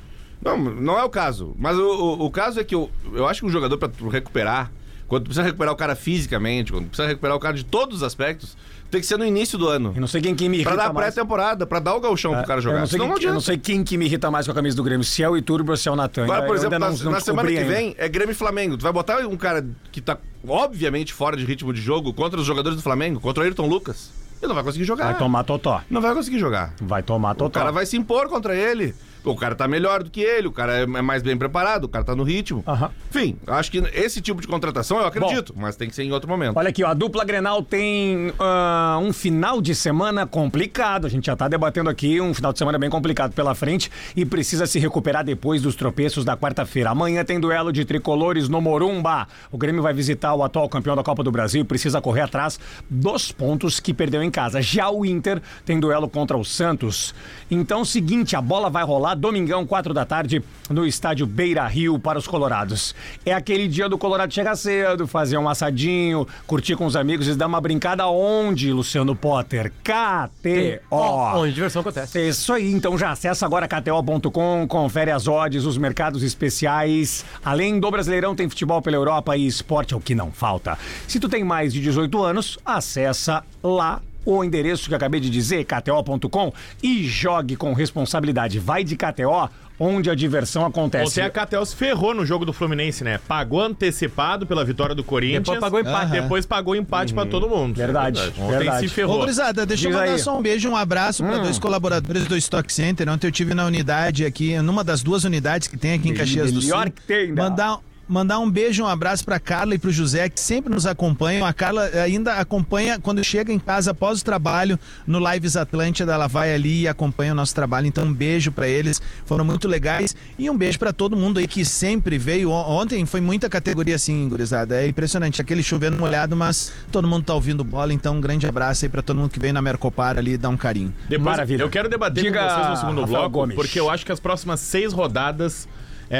Speaker 3: Não, não é o caso. Mas o, o- o caso é que eu, eu acho que um jogador pra tu recuperar, quando tu precisa recuperar o cara fisicamente, quando tu precisa recuperar o cara de todos os aspectos, tem que ser no início do ano.
Speaker 2: Eu não sei quem que me irrita
Speaker 3: Pra dar
Speaker 2: mais. É,
Speaker 3: pré-temporada, pra dar o galchão pro cara
Speaker 2: Eu
Speaker 3: jogar.
Speaker 2: não, sei
Speaker 3: Senão
Speaker 2: quem, eu não
Speaker 3: adianta.
Speaker 2: sei quem que me irrita mais com a camisa do Grêmio, se é o Iturbe ou se é o Natan.
Speaker 3: Agora,
Speaker 2: Eu
Speaker 3: por
Speaker 2: ainda
Speaker 3: exemplo,
Speaker 2: não-
Speaker 3: na,
Speaker 2: não
Speaker 3: na semana
Speaker 2: descobri
Speaker 3: que
Speaker 2: ainda.
Speaker 3: vem é Grêmio e Flamengo. Tu vai botar um cara que tá obviamente fora de ritmo de jogo contra os jogadores do Flamengo, contra o Ayrton Lucas.
Speaker 2: ah.
Speaker 3: Ele não vai conseguir jogar.
Speaker 2: Vai tomar totó.
Speaker 3: Não vai conseguir jogar.
Speaker 2: Vai tomar
Speaker 3: O
Speaker 2: totó.
Speaker 3: cara vai se impor contra ele. O cara tá melhor do que ele, o cara é mais bem preparado, o cara tá no ritmo.
Speaker 2: Aham.
Speaker 3: Enfim, acho que esse tipo de contratação eu acredito, mas tem que ser em outro momento.
Speaker 2: Olha aqui, ó, a dupla Grenal tem ah, um final de semana complicado. A gente já tá debatendo aqui um final de semana bem complicado pela frente e precisa se recuperar depois dos tropeços da quarta-feira. Amanhã tem duelo de tricolores no Morumba. O Grêmio vai visitar o atual campeão da Copa do Brasil e precisa correr atrás dos pontos que perdeu em casa. Já o Inter tem duelo contra o Santos. Então, seguinte, a bola vai rolar domingão, 4 da tarde, no estádio Beira Rio para os Colorados. É aquele dia do Colorado chegar cedo, fazer um assadinho, curtir com os amigos e dar uma brincada onde, Luciano Potter?
Speaker 6: É,
Speaker 2: KTO.
Speaker 5: Onde diversão acontece.
Speaker 2: É isso aí, então já acessa agora KTO.com, confere as odds, os mercados especiais. Além do Brasileirão, tem futebol pela Europa e esporte é o que não falta. Se tu tem mais de 18 anos, acessa lá o endereço que eu acabei de dizer, KTO.com, e jogue com responsabilidade. Vai de KTO, onde a diversão acontece.
Speaker 4: Ontem a Catel se ferrou no jogo do Fluminense, né? Pagou antecipado pela vitória do Corinthians.
Speaker 5: Depois pagou empate.
Speaker 4: Aham. Depois pagou empate pra todo mundo.
Speaker 2: Verdade,
Speaker 4: Ontem
Speaker 2: verdade.
Speaker 4: se
Speaker 6: Ô,
Speaker 4: ferrou.
Speaker 6: gurizada, deixa
Speaker 2: Diz
Speaker 6: eu mandar
Speaker 2: aí.
Speaker 6: só um beijo, um abraço
Speaker 4: Hum.
Speaker 6: para dois colaboradores do Stock Center. Ontem eu tive na unidade aqui, numa das duas unidades que tem aqui em Caxias do Sul.
Speaker 2: Melhor que tem, né?
Speaker 6: Mandar Mandar um beijo, um abraço para Carla e para o José, que sempre nos acompanham. A Carla eh, ainda acompanha quando chega em casa após o trabalho no Lives Atlântida. Ela vai ali e acompanha o nosso trabalho. Então, um beijo para eles. Foram muito legais. E um beijo para todo mundo aí que sempre veio. On- Ontem foi muita categoria assim, gurizada. É impressionante. Aquele chovendo molhado, mas todo mundo tá ouvindo bola. Então, um grande abraço aí para todo mundo que veio na Mercopar ali dar um carinho.
Speaker 4: Depois,
Speaker 2: Maravilha.
Speaker 4: Eu quero debater
Speaker 2: Diga,
Speaker 4: com vocês no segundo
Speaker 2: Rafael
Speaker 4: bloco,
Speaker 2: Gomes.
Speaker 4: porque eu acho que as próximas seis rodadas,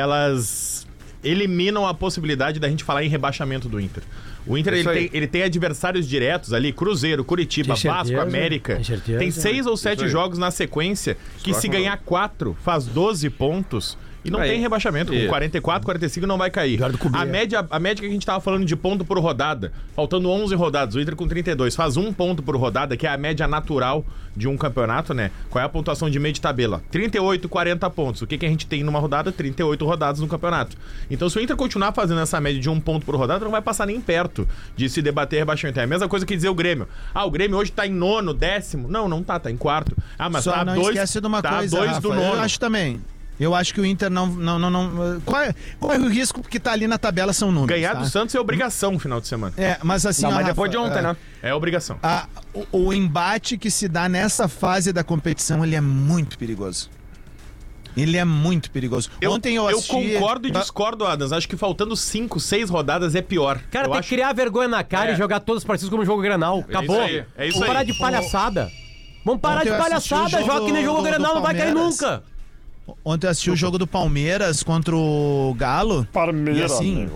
Speaker 4: elas eliminam a possibilidade da gente falar em rebaixamento do Inter. O Inter ele
Speaker 3: Isso aí.
Speaker 4: tem, ele tem adversários diretos ali, Cruzeiro, Curitiba,
Speaker 5: Tem certeza,
Speaker 4: Vasco, América.
Speaker 5: tem certeza.
Speaker 4: Tem seis ou sete
Speaker 3: aí.
Speaker 4: jogos na sequência que
Speaker 3: Isso
Speaker 4: se
Speaker 3: aí.
Speaker 4: ganhar quatro faz 12 pontos e não
Speaker 3: Aí.
Speaker 4: tem rebaixamento. Com
Speaker 3: Isso.
Speaker 4: 44, 45 não vai cair.
Speaker 5: Eduardo Cubia.
Speaker 4: A média, a média que a gente tava falando de ponto por rodada, faltando 11 rodadas, o Inter com 32 faz um ponto por rodada, que é a média natural de um campeonato, né? Qual é a pontuação de meio de tabela? 38, 40 pontos. O que, que a gente tem numa rodada? 38 rodadas no campeonato. Então, se o Inter continuar fazendo essa média de um ponto por rodada, não vai passar nem perto de se debater rebaixamento. É a mesma coisa que dizer o Grêmio. Ah, o Grêmio hoje tá em nono, décimo. Não, não tá, tá em quarto. Ah, mas
Speaker 6: Só
Speaker 4: tá
Speaker 6: não
Speaker 4: dois,
Speaker 6: esquece de uma
Speaker 4: tá
Speaker 6: coisa,
Speaker 4: dois
Speaker 6: Rafa.
Speaker 4: do nono.
Speaker 6: Eu acho também. Eu acho que o Inter não... não, não, não qual, é, qual é o risco que tá ali na tabela são números,
Speaker 4: Ganhar
Speaker 6: tá?
Speaker 4: do Santos é obrigação no final de semana.
Speaker 6: É, mas assim...
Speaker 2: Não,
Speaker 6: ó,
Speaker 2: mas depois de
Speaker 6: Rafa,
Speaker 2: ontem,
Speaker 6: é,
Speaker 2: né?
Speaker 4: É obrigação.
Speaker 6: a- o, o embate que se dá nessa fase da competição, ele é muito perigoso. Ele é muito perigoso. ontem eu assisti...
Speaker 4: concordo e discordo, Adams. Acho que faltando 5, 6 rodadas é pior.
Speaker 5: Cara,
Speaker 4: eu
Speaker 5: tem que
Speaker 4: acho...
Speaker 5: criar vergonha na cara
Speaker 4: É.
Speaker 5: e jogar todos os partidos como jogo Grenal. Acabou.
Speaker 4: aí, é isso
Speaker 5: Vamos parar
Speaker 4: aí.
Speaker 5: de palhaçada. Vamos parar
Speaker 6: Ontem
Speaker 5: de
Speaker 6: eu assisti o
Speaker 5: palhaçada,
Speaker 6: jogo
Speaker 5: joga que nem jogo
Speaker 6: do- do
Speaker 5: Grenal, não vai cair
Speaker 6: Palmeiras.
Speaker 5: nunca.
Speaker 6: Ontem eu assisti o jogo do Palmeiras contra o Galo. Palmeiras, assim,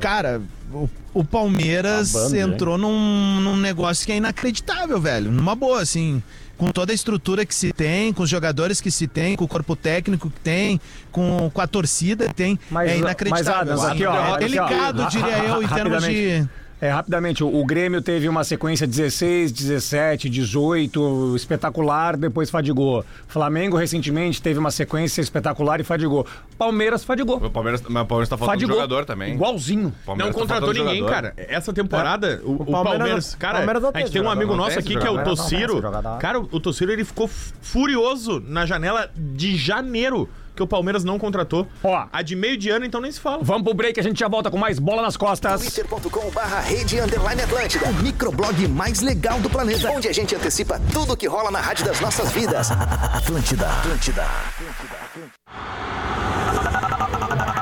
Speaker 6: Cara, o, o Palmeiras
Speaker 1: Tá bando, hein?
Speaker 6: entrou num, num negócio que é inacreditável, velho. Numa boa, assim. Com toda a estrutura que se tem, com os jogadores que se tem, com o corpo técnico que tem, com, com a torcida que tem.
Speaker 2: Mas,
Speaker 6: é
Speaker 2: mas,
Speaker 6: inacreditável.
Speaker 2: Adams, aqui, ó,
Speaker 6: é
Speaker 2: olha aqui, ó.
Speaker 6: delicado, diria eu, em termos de.
Speaker 2: Rapidamente. É, rapidamente, o o Grêmio teve uma sequência 16, 17, 18, espetacular, depois fadigou. Flamengo recentemente teve uma sequência espetacular e fadigou. Palmeiras fadigou.
Speaker 3: O Palmeiras, mas o Palmeiras tá faltando
Speaker 2: fadigou.
Speaker 3: jogador também.
Speaker 2: Igualzinho.
Speaker 3: O Palmeiras
Speaker 4: Não
Speaker 3: tá
Speaker 4: contratou
Speaker 3: faltando
Speaker 4: ninguém,
Speaker 3: jogador.
Speaker 4: cara. Essa temporada, o, o Palmeiras, Cara,
Speaker 5: Palmeiras não
Speaker 4: a gente
Speaker 5: tem
Speaker 4: tem um
Speaker 5: jogador,
Speaker 4: amigo
Speaker 3: não
Speaker 4: nosso
Speaker 3: tem
Speaker 4: aqui
Speaker 3: esse
Speaker 4: que é o
Speaker 3: jogador.
Speaker 4: Tociro. Cara, o Tociro ele ficou f- furioso na janela de janeiro que o Palmeiras não contratou.
Speaker 2: Ó.
Speaker 4: A de meio de ano, então nem se fala.
Speaker 2: Vamos pro break, a gente já volta com mais bola nas costas.
Speaker 7: twitter.com barra rede underline Atlântida, o microblog mais legal do planeta, onde a gente antecipa tudo que rola na rádio das nossas vidas. Atlântida, Atlântida.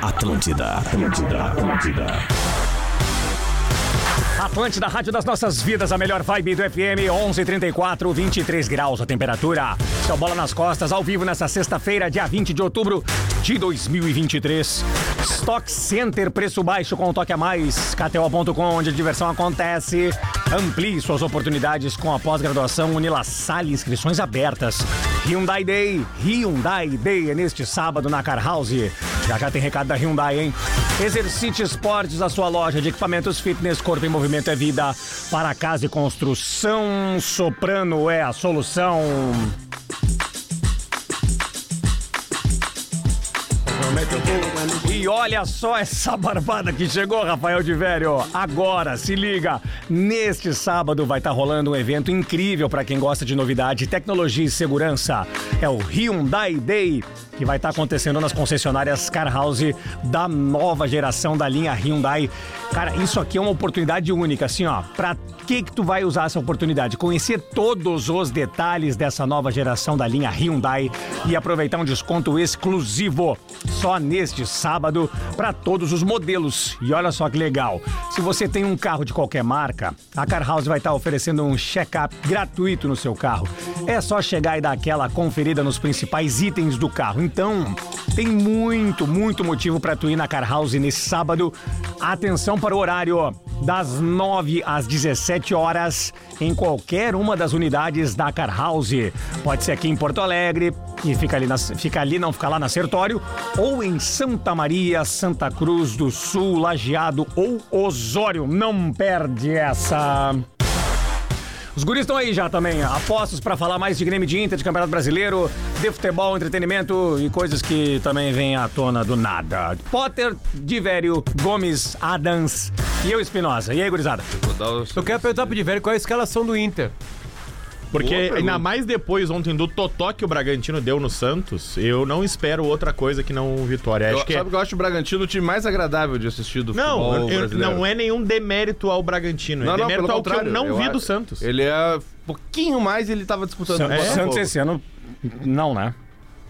Speaker 1: Atlântida, Atlântida, Atlântida.
Speaker 2: Atlântida, Rádio das Nossas Vidas, a melhor vibe do FM, 11:34, 23 graus a temperatura. Seu Bola nas Costas, ao vivo nessa sexta-feira, dia 20 de outubro de 2023. Stock Center, preço baixo com um toque a mais. KTO.com, onde a diversão acontece. Amplie suas oportunidades com a pós-graduação Unila Salle, inscrições abertas. Hyundai Day, Hyundai Day é neste sábado na Car House. Já já tem recado da Hyundai, hein? Exercite Esportes, a sua loja de equipamentos fitness, corpo em movimento é vida. Para casa e construção, Soprano é a solução. E olha só essa barbada que chegou, Rafael de Velho. Agora, se liga. Neste sábado vai estar rolando um evento incrível para quem gosta de novidade, tecnologia e segurança. É o Hyundai Day, que vai estar acontecendo nas concessionárias Car House da nova geração da linha Hyundai. Cara, isso aqui é uma oportunidade única, assim, ó. Pra que que tu vai usar essa oportunidade? Conhecer todos os detalhes dessa nova geração da linha Hyundai e aproveitar um desconto exclusivo só neste sábado para todos os modelos. E olha só que legal. Se você tem um carro de qualquer marca, a Car House vai estar oferecendo um check-up gratuito no seu carro. É só chegar e dar aquela conferida nos principais itens do carro. Então, tem muito, muito motivo para tu ir na Car House nesse sábado. Atenção para o horário das 9 às 17 horas em qualquer uma das unidades da Car House. Pode ser aqui em Porto Alegre, que fica ali, na- fica ali não fica lá na Sertório, ou em Santa Maria, Santa Cruz do Sul, Lajeado ou Osório. Não perde essa. Os guris estão aí já também. Apostos para falar mais de Grêmio de Inter, de Campeonato Brasileiro, de futebol, entretenimento e coisas que também vêm à tona do nada. Potter, Divério, Gomes, Adams e eu, Espinosa. E aí, gurizada?
Speaker 3: Vou dar o-
Speaker 5: Eu quero perguntar pro Diverio qual é a escalação do Inter.
Speaker 4: Porque
Speaker 3: Boa pergunta.
Speaker 4: ainda mais depois ontem do totó que o Bragantino deu no Santos, eu não espero outra coisa que não vitória.
Speaker 3: Eu,
Speaker 4: Acho que é-
Speaker 3: sabe que eu acho o Bragantino o time mais agradável de assistir do
Speaker 4: Não,
Speaker 3: futebol
Speaker 4: eu-
Speaker 3: brasileiro.
Speaker 4: não é nenhum demérito ao Bragantino, é demérito ao que eu não vi
Speaker 3: acho-
Speaker 4: do Santos.
Speaker 3: Ele é um pouquinho mais e ele tava disputando
Speaker 2: San-
Speaker 3: com o
Speaker 2: O
Speaker 4: É?
Speaker 2: Santos
Speaker 3: Botafogo.
Speaker 2: esse ano. Não, né?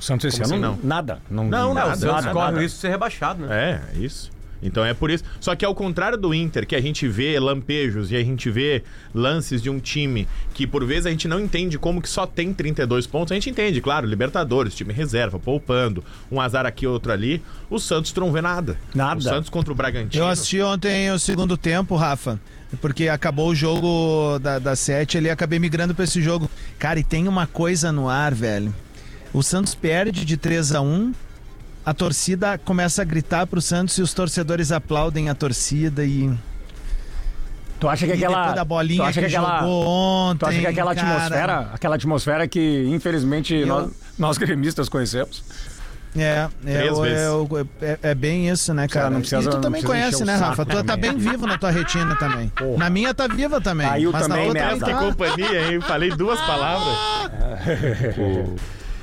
Speaker 2: O Santos esse
Speaker 4: Como
Speaker 2: ano
Speaker 4: assim,
Speaker 2: nada. Não,
Speaker 4: Não, não,
Speaker 2: nada,
Speaker 4: o
Speaker 5: O Santos
Speaker 2: nada,
Speaker 5: corre o
Speaker 2: nada.
Speaker 5: risco de ser rebaixado, né?
Speaker 4: É, isso. Então é por isso. Só que ao contrário do Inter, que a gente vê lampejos e a gente vê lances de um time que por vezes a gente não entende como que só tem 32 pontos. A gente entende, claro, Libertadores, time reserva, poupando, um azar aqui, outro ali. O Santos tu não vê nada.
Speaker 2: Nada.
Speaker 4: O Santos contra o Bragantino.
Speaker 6: Eu assisti ontem o segundo tempo, Rafa, porque acabou o jogo da, da 7 ali, acabei migrando pra esse jogo. Cara, e tem uma coisa no ar, velho. O Santos perde de 3 a 1 a torcida começa a gritar pro Santos e os torcedores aplaudem a torcida e,
Speaker 2: Tu acha que
Speaker 6: e
Speaker 2: aquela.
Speaker 6: depois da bolinha
Speaker 2: tu acha que, aquela.
Speaker 6: jogou ontem.
Speaker 2: Tu acha que aquela
Speaker 6: cara,
Speaker 2: atmosfera, aquela atmosfera que infelizmente
Speaker 6: Eu-
Speaker 2: nós, nós gremistas conhecemos,
Speaker 6: É, é,
Speaker 4: Três
Speaker 6: o-
Speaker 4: vezes.
Speaker 6: é, o- é- é bem isso, né, cara?
Speaker 2: não precisa-
Speaker 6: e tu
Speaker 2: não
Speaker 6: também
Speaker 2: precisa encher
Speaker 6: conhece,
Speaker 2: o
Speaker 6: né,
Speaker 2: saco
Speaker 6: Rafa? Tu tá
Speaker 2: também.
Speaker 6: bem vivo na tua retina também. Na minha tá viva também.
Speaker 2: Caiu
Speaker 6: mas
Speaker 2: também
Speaker 6: na outra
Speaker 2: nessa.
Speaker 4: Que
Speaker 6: tá.
Speaker 4: companhia, hein? Falei duas palavras.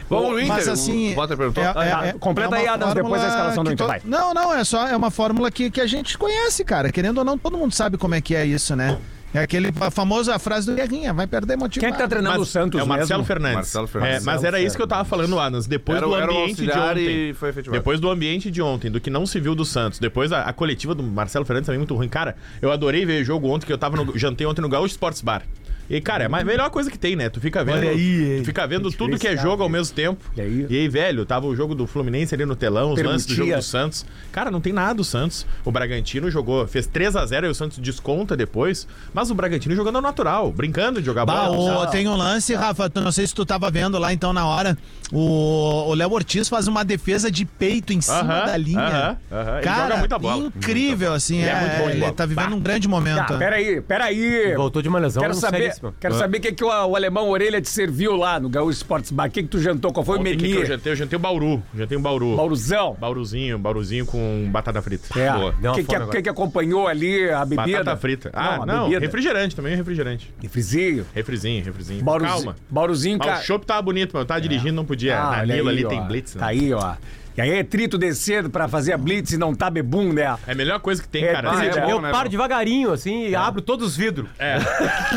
Speaker 3: Vamos, Inter.
Speaker 6: Mas
Speaker 3: o
Speaker 6: assim.
Speaker 3: Potter perguntou.
Speaker 4: Ah,
Speaker 6: é-
Speaker 2: Tá,
Speaker 6: é- é-
Speaker 2: completa
Speaker 6: é uma
Speaker 2: aí, Adams, depois da
Speaker 6: fórmula
Speaker 2: escalação do
Speaker 6: que
Speaker 2: Inter,
Speaker 6: to-
Speaker 2: vai.
Speaker 6: Não, não, é só é uma fórmula que, que a gente conhece, cara. Querendo ou não, todo mundo sabe como é que é isso, né? É aquele fa- famoso a frase do Guerrinha, vai perder motivo.
Speaker 2: Quem é que tá treinando o Santos
Speaker 4: é o Marcelo
Speaker 2: mesmo?
Speaker 4: Fernandes.
Speaker 3: Marcelo Fernandes.
Speaker 4: É, mas era isso que eu tava falando, Anas. é Depois
Speaker 3: Era
Speaker 4: do
Speaker 3: o- era o
Speaker 4: ambiente de
Speaker 3: auxiliar
Speaker 4: ontem.
Speaker 3: e foi efetivado.
Speaker 4: Depois do ambiente de ontem, do que não se viu do Santos. Depois a, a coletiva do Marcelo Fernandes também é muito ruim. Cara, eu adorei ver o jogo ontem, que eu tava no, jantei ontem no Gaúcho Sports Bar. E, cara, é a melhor coisa que tem, né? Tu fica vendo,
Speaker 6: Olha aí, hein?
Speaker 4: tu fica vendo tudo que é jogo ao mesmo tempo.
Speaker 2: E aí?
Speaker 4: velho, tava o jogo do Fluminense ali no telão, os lances do jogo
Speaker 2: Permutia.
Speaker 4: do Santos. Cara, não tem nada o Santos. O Bragantino jogou, fez 3 a 0 e o Santos desconta depois. Mas o Bragantino jogando ao natural, brincando de jogar
Speaker 6: Bah,
Speaker 4: bola.
Speaker 6: o- tem um lance, Rafa, tu- não sei se tu tava vendo lá então na hora. O o Léo Ortiz faz uma defesa de peito em cima
Speaker 4: Aham,
Speaker 6: da linha.
Speaker 4: aham, aham. Ele
Speaker 6: Cara,
Speaker 4: joga muita bola.
Speaker 6: incrível, assim.
Speaker 4: Ele
Speaker 6: É,
Speaker 4: é muito bom de
Speaker 6: ele
Speaker 4: bola.
Speaker 6: tá vivendo um grande momento.
Speaker 2: Tá, peraí, peraí.
Speaker 5: É. Voltou de uma lesão
Speaker 2: Quero saber,
Speaker 5: seríssima.
Speaker 2: quero saber o que, que o, o alemão Orelha te serviu lá no Gaúcho Sports Bar. O que, que tu jantou? Qual foi o
Speaker 4: Ontem, o que que eu
Speaker 2: menu?
Speaker 4: jantei? Eu jantei o Bauru. Jantei um Bauru.
Speaker 2: Bauruzão.
Speaker 4: Bauruzinho, um Bauruzinho com batata frita.
Speaker 2: É.
Speaker 4: Boa.
Speaker 5: Deu
Speaker 2: O
Speaker 5: uma
Speaker 2: que,
Speaker 5: fome
Speaker 2: que,
Speaker 5: agora.
Speaker 2: que, que acompanhou ali a bebida?
Speaker 4: Batata frita. Ah,
Speaker 2: a
Speaker 4: não.
Speaker 2: bebida.
Speaker 4: refrigerante também, refrigerante.
Speaker 2: Refrizinho.
Speaker 4: Refrizinho, refrizinho.
Speaker 2: Bauruzi-
Speaker 4: Calma.
Speaker 2: Bauruzinho,
Speaker 4: Ah,
Speaker 2: cara.
Speaker 4: o chopp tava bonito, mas eu tava dirigindo, não
Speaker 2: É.
Speaker 4: podia.
Speaker 2: Ah,
Speaker 4: Na
Speaker 2: olha
Speaker 4: Lila
Speaker 2: aí,
Speaker 4: ali
Speaker 2: ó.
Speaker 4: tem blitz. né?
Speaker 2: Tá aí, ó. E aí é trito descendo pra fazer a blitz e não tá bebum, né?
Speaker 4: É a melhor coisa que tem,
Speaker 2: É,
Speaker 4: cara.
Speaker 2: tá,
Speaker 4: Assim,
Speaker 2: é
Speaker 4: tipo,
Speaker 5: eu
Speaker 3: bom, né,
Speaker 5: paro
Speaker 3: bom?
Speaker 5: devagarinho, assim, e abro todos os vidros.
Speaker 4: É.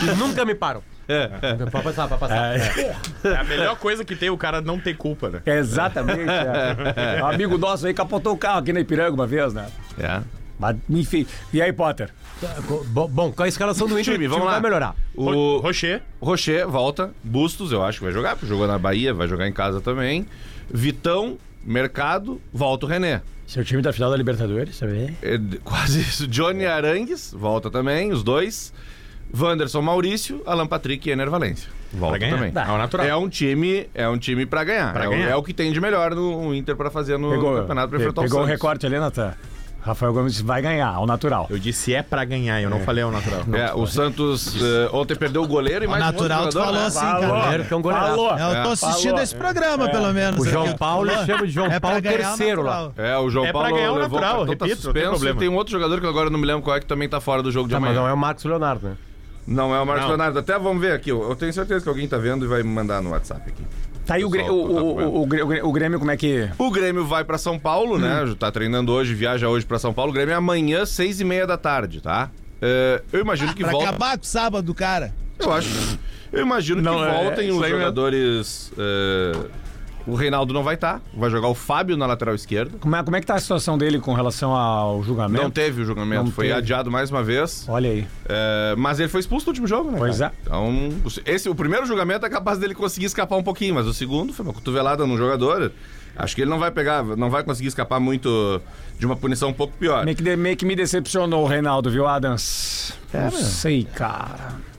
Speaker 5: E nunca me param. Pode passar, pode passar.
Speaker 4: é a melhor coisa que tem o cara não ter culpa, né?
Speaker 2: É Exatamente. é. Um amigo nosso aí capotou o carro aqui na Ipiranga uma vez, né?
Speaker 3: É.
Speaker 2: Mas, enfim. E aí, Potter?
Speaker 5: Bom, Tá, bom, com a escalação do Inter,
Speaker 3: Time,
Speaker 5: o
Speaker 3: vamos lá.
Speaker 5: vai melhorar.
Speaker 4: O
Speaker 3: O
Speaker 4: Rocher.
Speaker 3: Rocher volta. Bustos, eu acho que vai jogar, porque jogou na Bahia, vai jogar em casa também. Vitão, Mercado, volta o René.
Speaker 8: Seu time da final da Libertadores também.
Speaker 3: É, d- quase isso. Johnny Arangues, volta também, os dois. Wanderson Maurício, Alan Patrick e Ener Valência. Volta
Speaker 4: ganhar.
Speaker 3: também.
Speaker 4: Dá. É o natural.
Speaker 3: É um time, é um time pra ganhar.
Speaker 4: Pra
Speaker 3: é, o-
Speaker 4: ganhar.
Speaker 3: é O, que tem de melhor no o Inter pra fazer no, no campeonato pra
Speaker 2: pe-
Speaker 3: enfrentar
Speaker 2: pegou
Speaker 3: o
Speaker 2: o
Speaker 3: Santos.
Speaker 2: recorte ali, Natan. Rafael Gomes vai ganhar, ao natural.
Speaker 4: Eu disse é pra ganhar, eu não falei ao natural.
Speaker 3: É, o Santos eh, ontem perdeu o goleiro e mais um outro
Speaker 6: natural, tu
Speaker 3: jogador,
Speaker 6: falou
Speaker 3: né?
Speaker 6: assim, cara.
Speaker 5: Goleiro que é um goleiraço.
Speaker 6: Eu tô assistindo esse programa, pelo menos.
Speaker 5: O
Speaker 6: É
Speaker 5: João
Speaker 6: que eu-
Speaker 5: Paulo chama de João
Speaker 6: É pra
Speaker 5: Paulo
Speaker 6: ganhar
Speaker 5: terceiro lá.
Speaker 6: natural.
Speaker 3: É, o João
Speaker 4: É pra
Speaker 3: Paulo
Speaker 4: ganhar o
Speaker 3: levou
Speaker 4: natural,
Speaker 3: o cartão, tá
Speaker 4: repito, não tem
Speaker 3: suspenso,
Speaker 4: problema.
Speaker 3: e tem um outro jogador que agora eu não me lembro qual é que também tá fora do jogo de
Speaker 5: Tá, mas
Speaker 3: amanhã.
Speaker 5: não é o Marcos Leonardo, né?
Speaker 3: Não, é o Marcos
Speaker 4: Não.
Speaker 3: Leonardo. Até vamos ver aqui. Eu eu tenho certeza que alguém tá vendo e vai me mandar no WhatsApp aqui.
Speaker 2: Tá aí o, Grê- o, o, o, o Grê- o Grê- o Grêmio, como é que.
Speaker 3: O Grêmio vai pra São Paulo, né? Tá treinando hoje, viaja hoje pra São Paulo. O Grêmio é amanhã, seis e meia da tarde, tá? É, eu imagino que
Speaker 6: Pra
Speaker 3: volta.
Speaker 6: acabar com o sábado do cara.
Speaker 3: Eu acho. Eu imagino
Speaker 2: Não,
Speaker 3: que
Speaker 2: é-
Speaker 3: voltem
Speaker 2: isso
Speaker 3: os
Speaker 2: aí mesmo.
Speaker 3: jogadores. é, o Reinaldo não vai estar. Vai jogar o Fábio na lateral esquerda.
Speaker 2: Como é, como é que tá a situação dele com relação ao julgamento?
Speaker 3: Não teve o julgamento,
Speaker 2: Não
Speaker 3: foi
Speaker 2: teve.
Speaker 3: adiado mais uma vez.
Speaker 2: Olha aí.
Speaker 3: É, mas ele foi expulso no último jogo, né?
Speaker 2: Pois
Speaker 3: cara?
Speaker 2: é.
Speaker 3: Então, esse, o primeiro julgamento é capaz dele conseguir escapar um pouquinho, mas o segundo foi uma cotovelada num jogador. Acho que ele não vai pegar, não vai conseguir escapar muito de uma punição um pouco pior.
Speaker 2: Meio que, de- meio que me decepcionou o Reinaldo, viu, Adams? não sei, cara.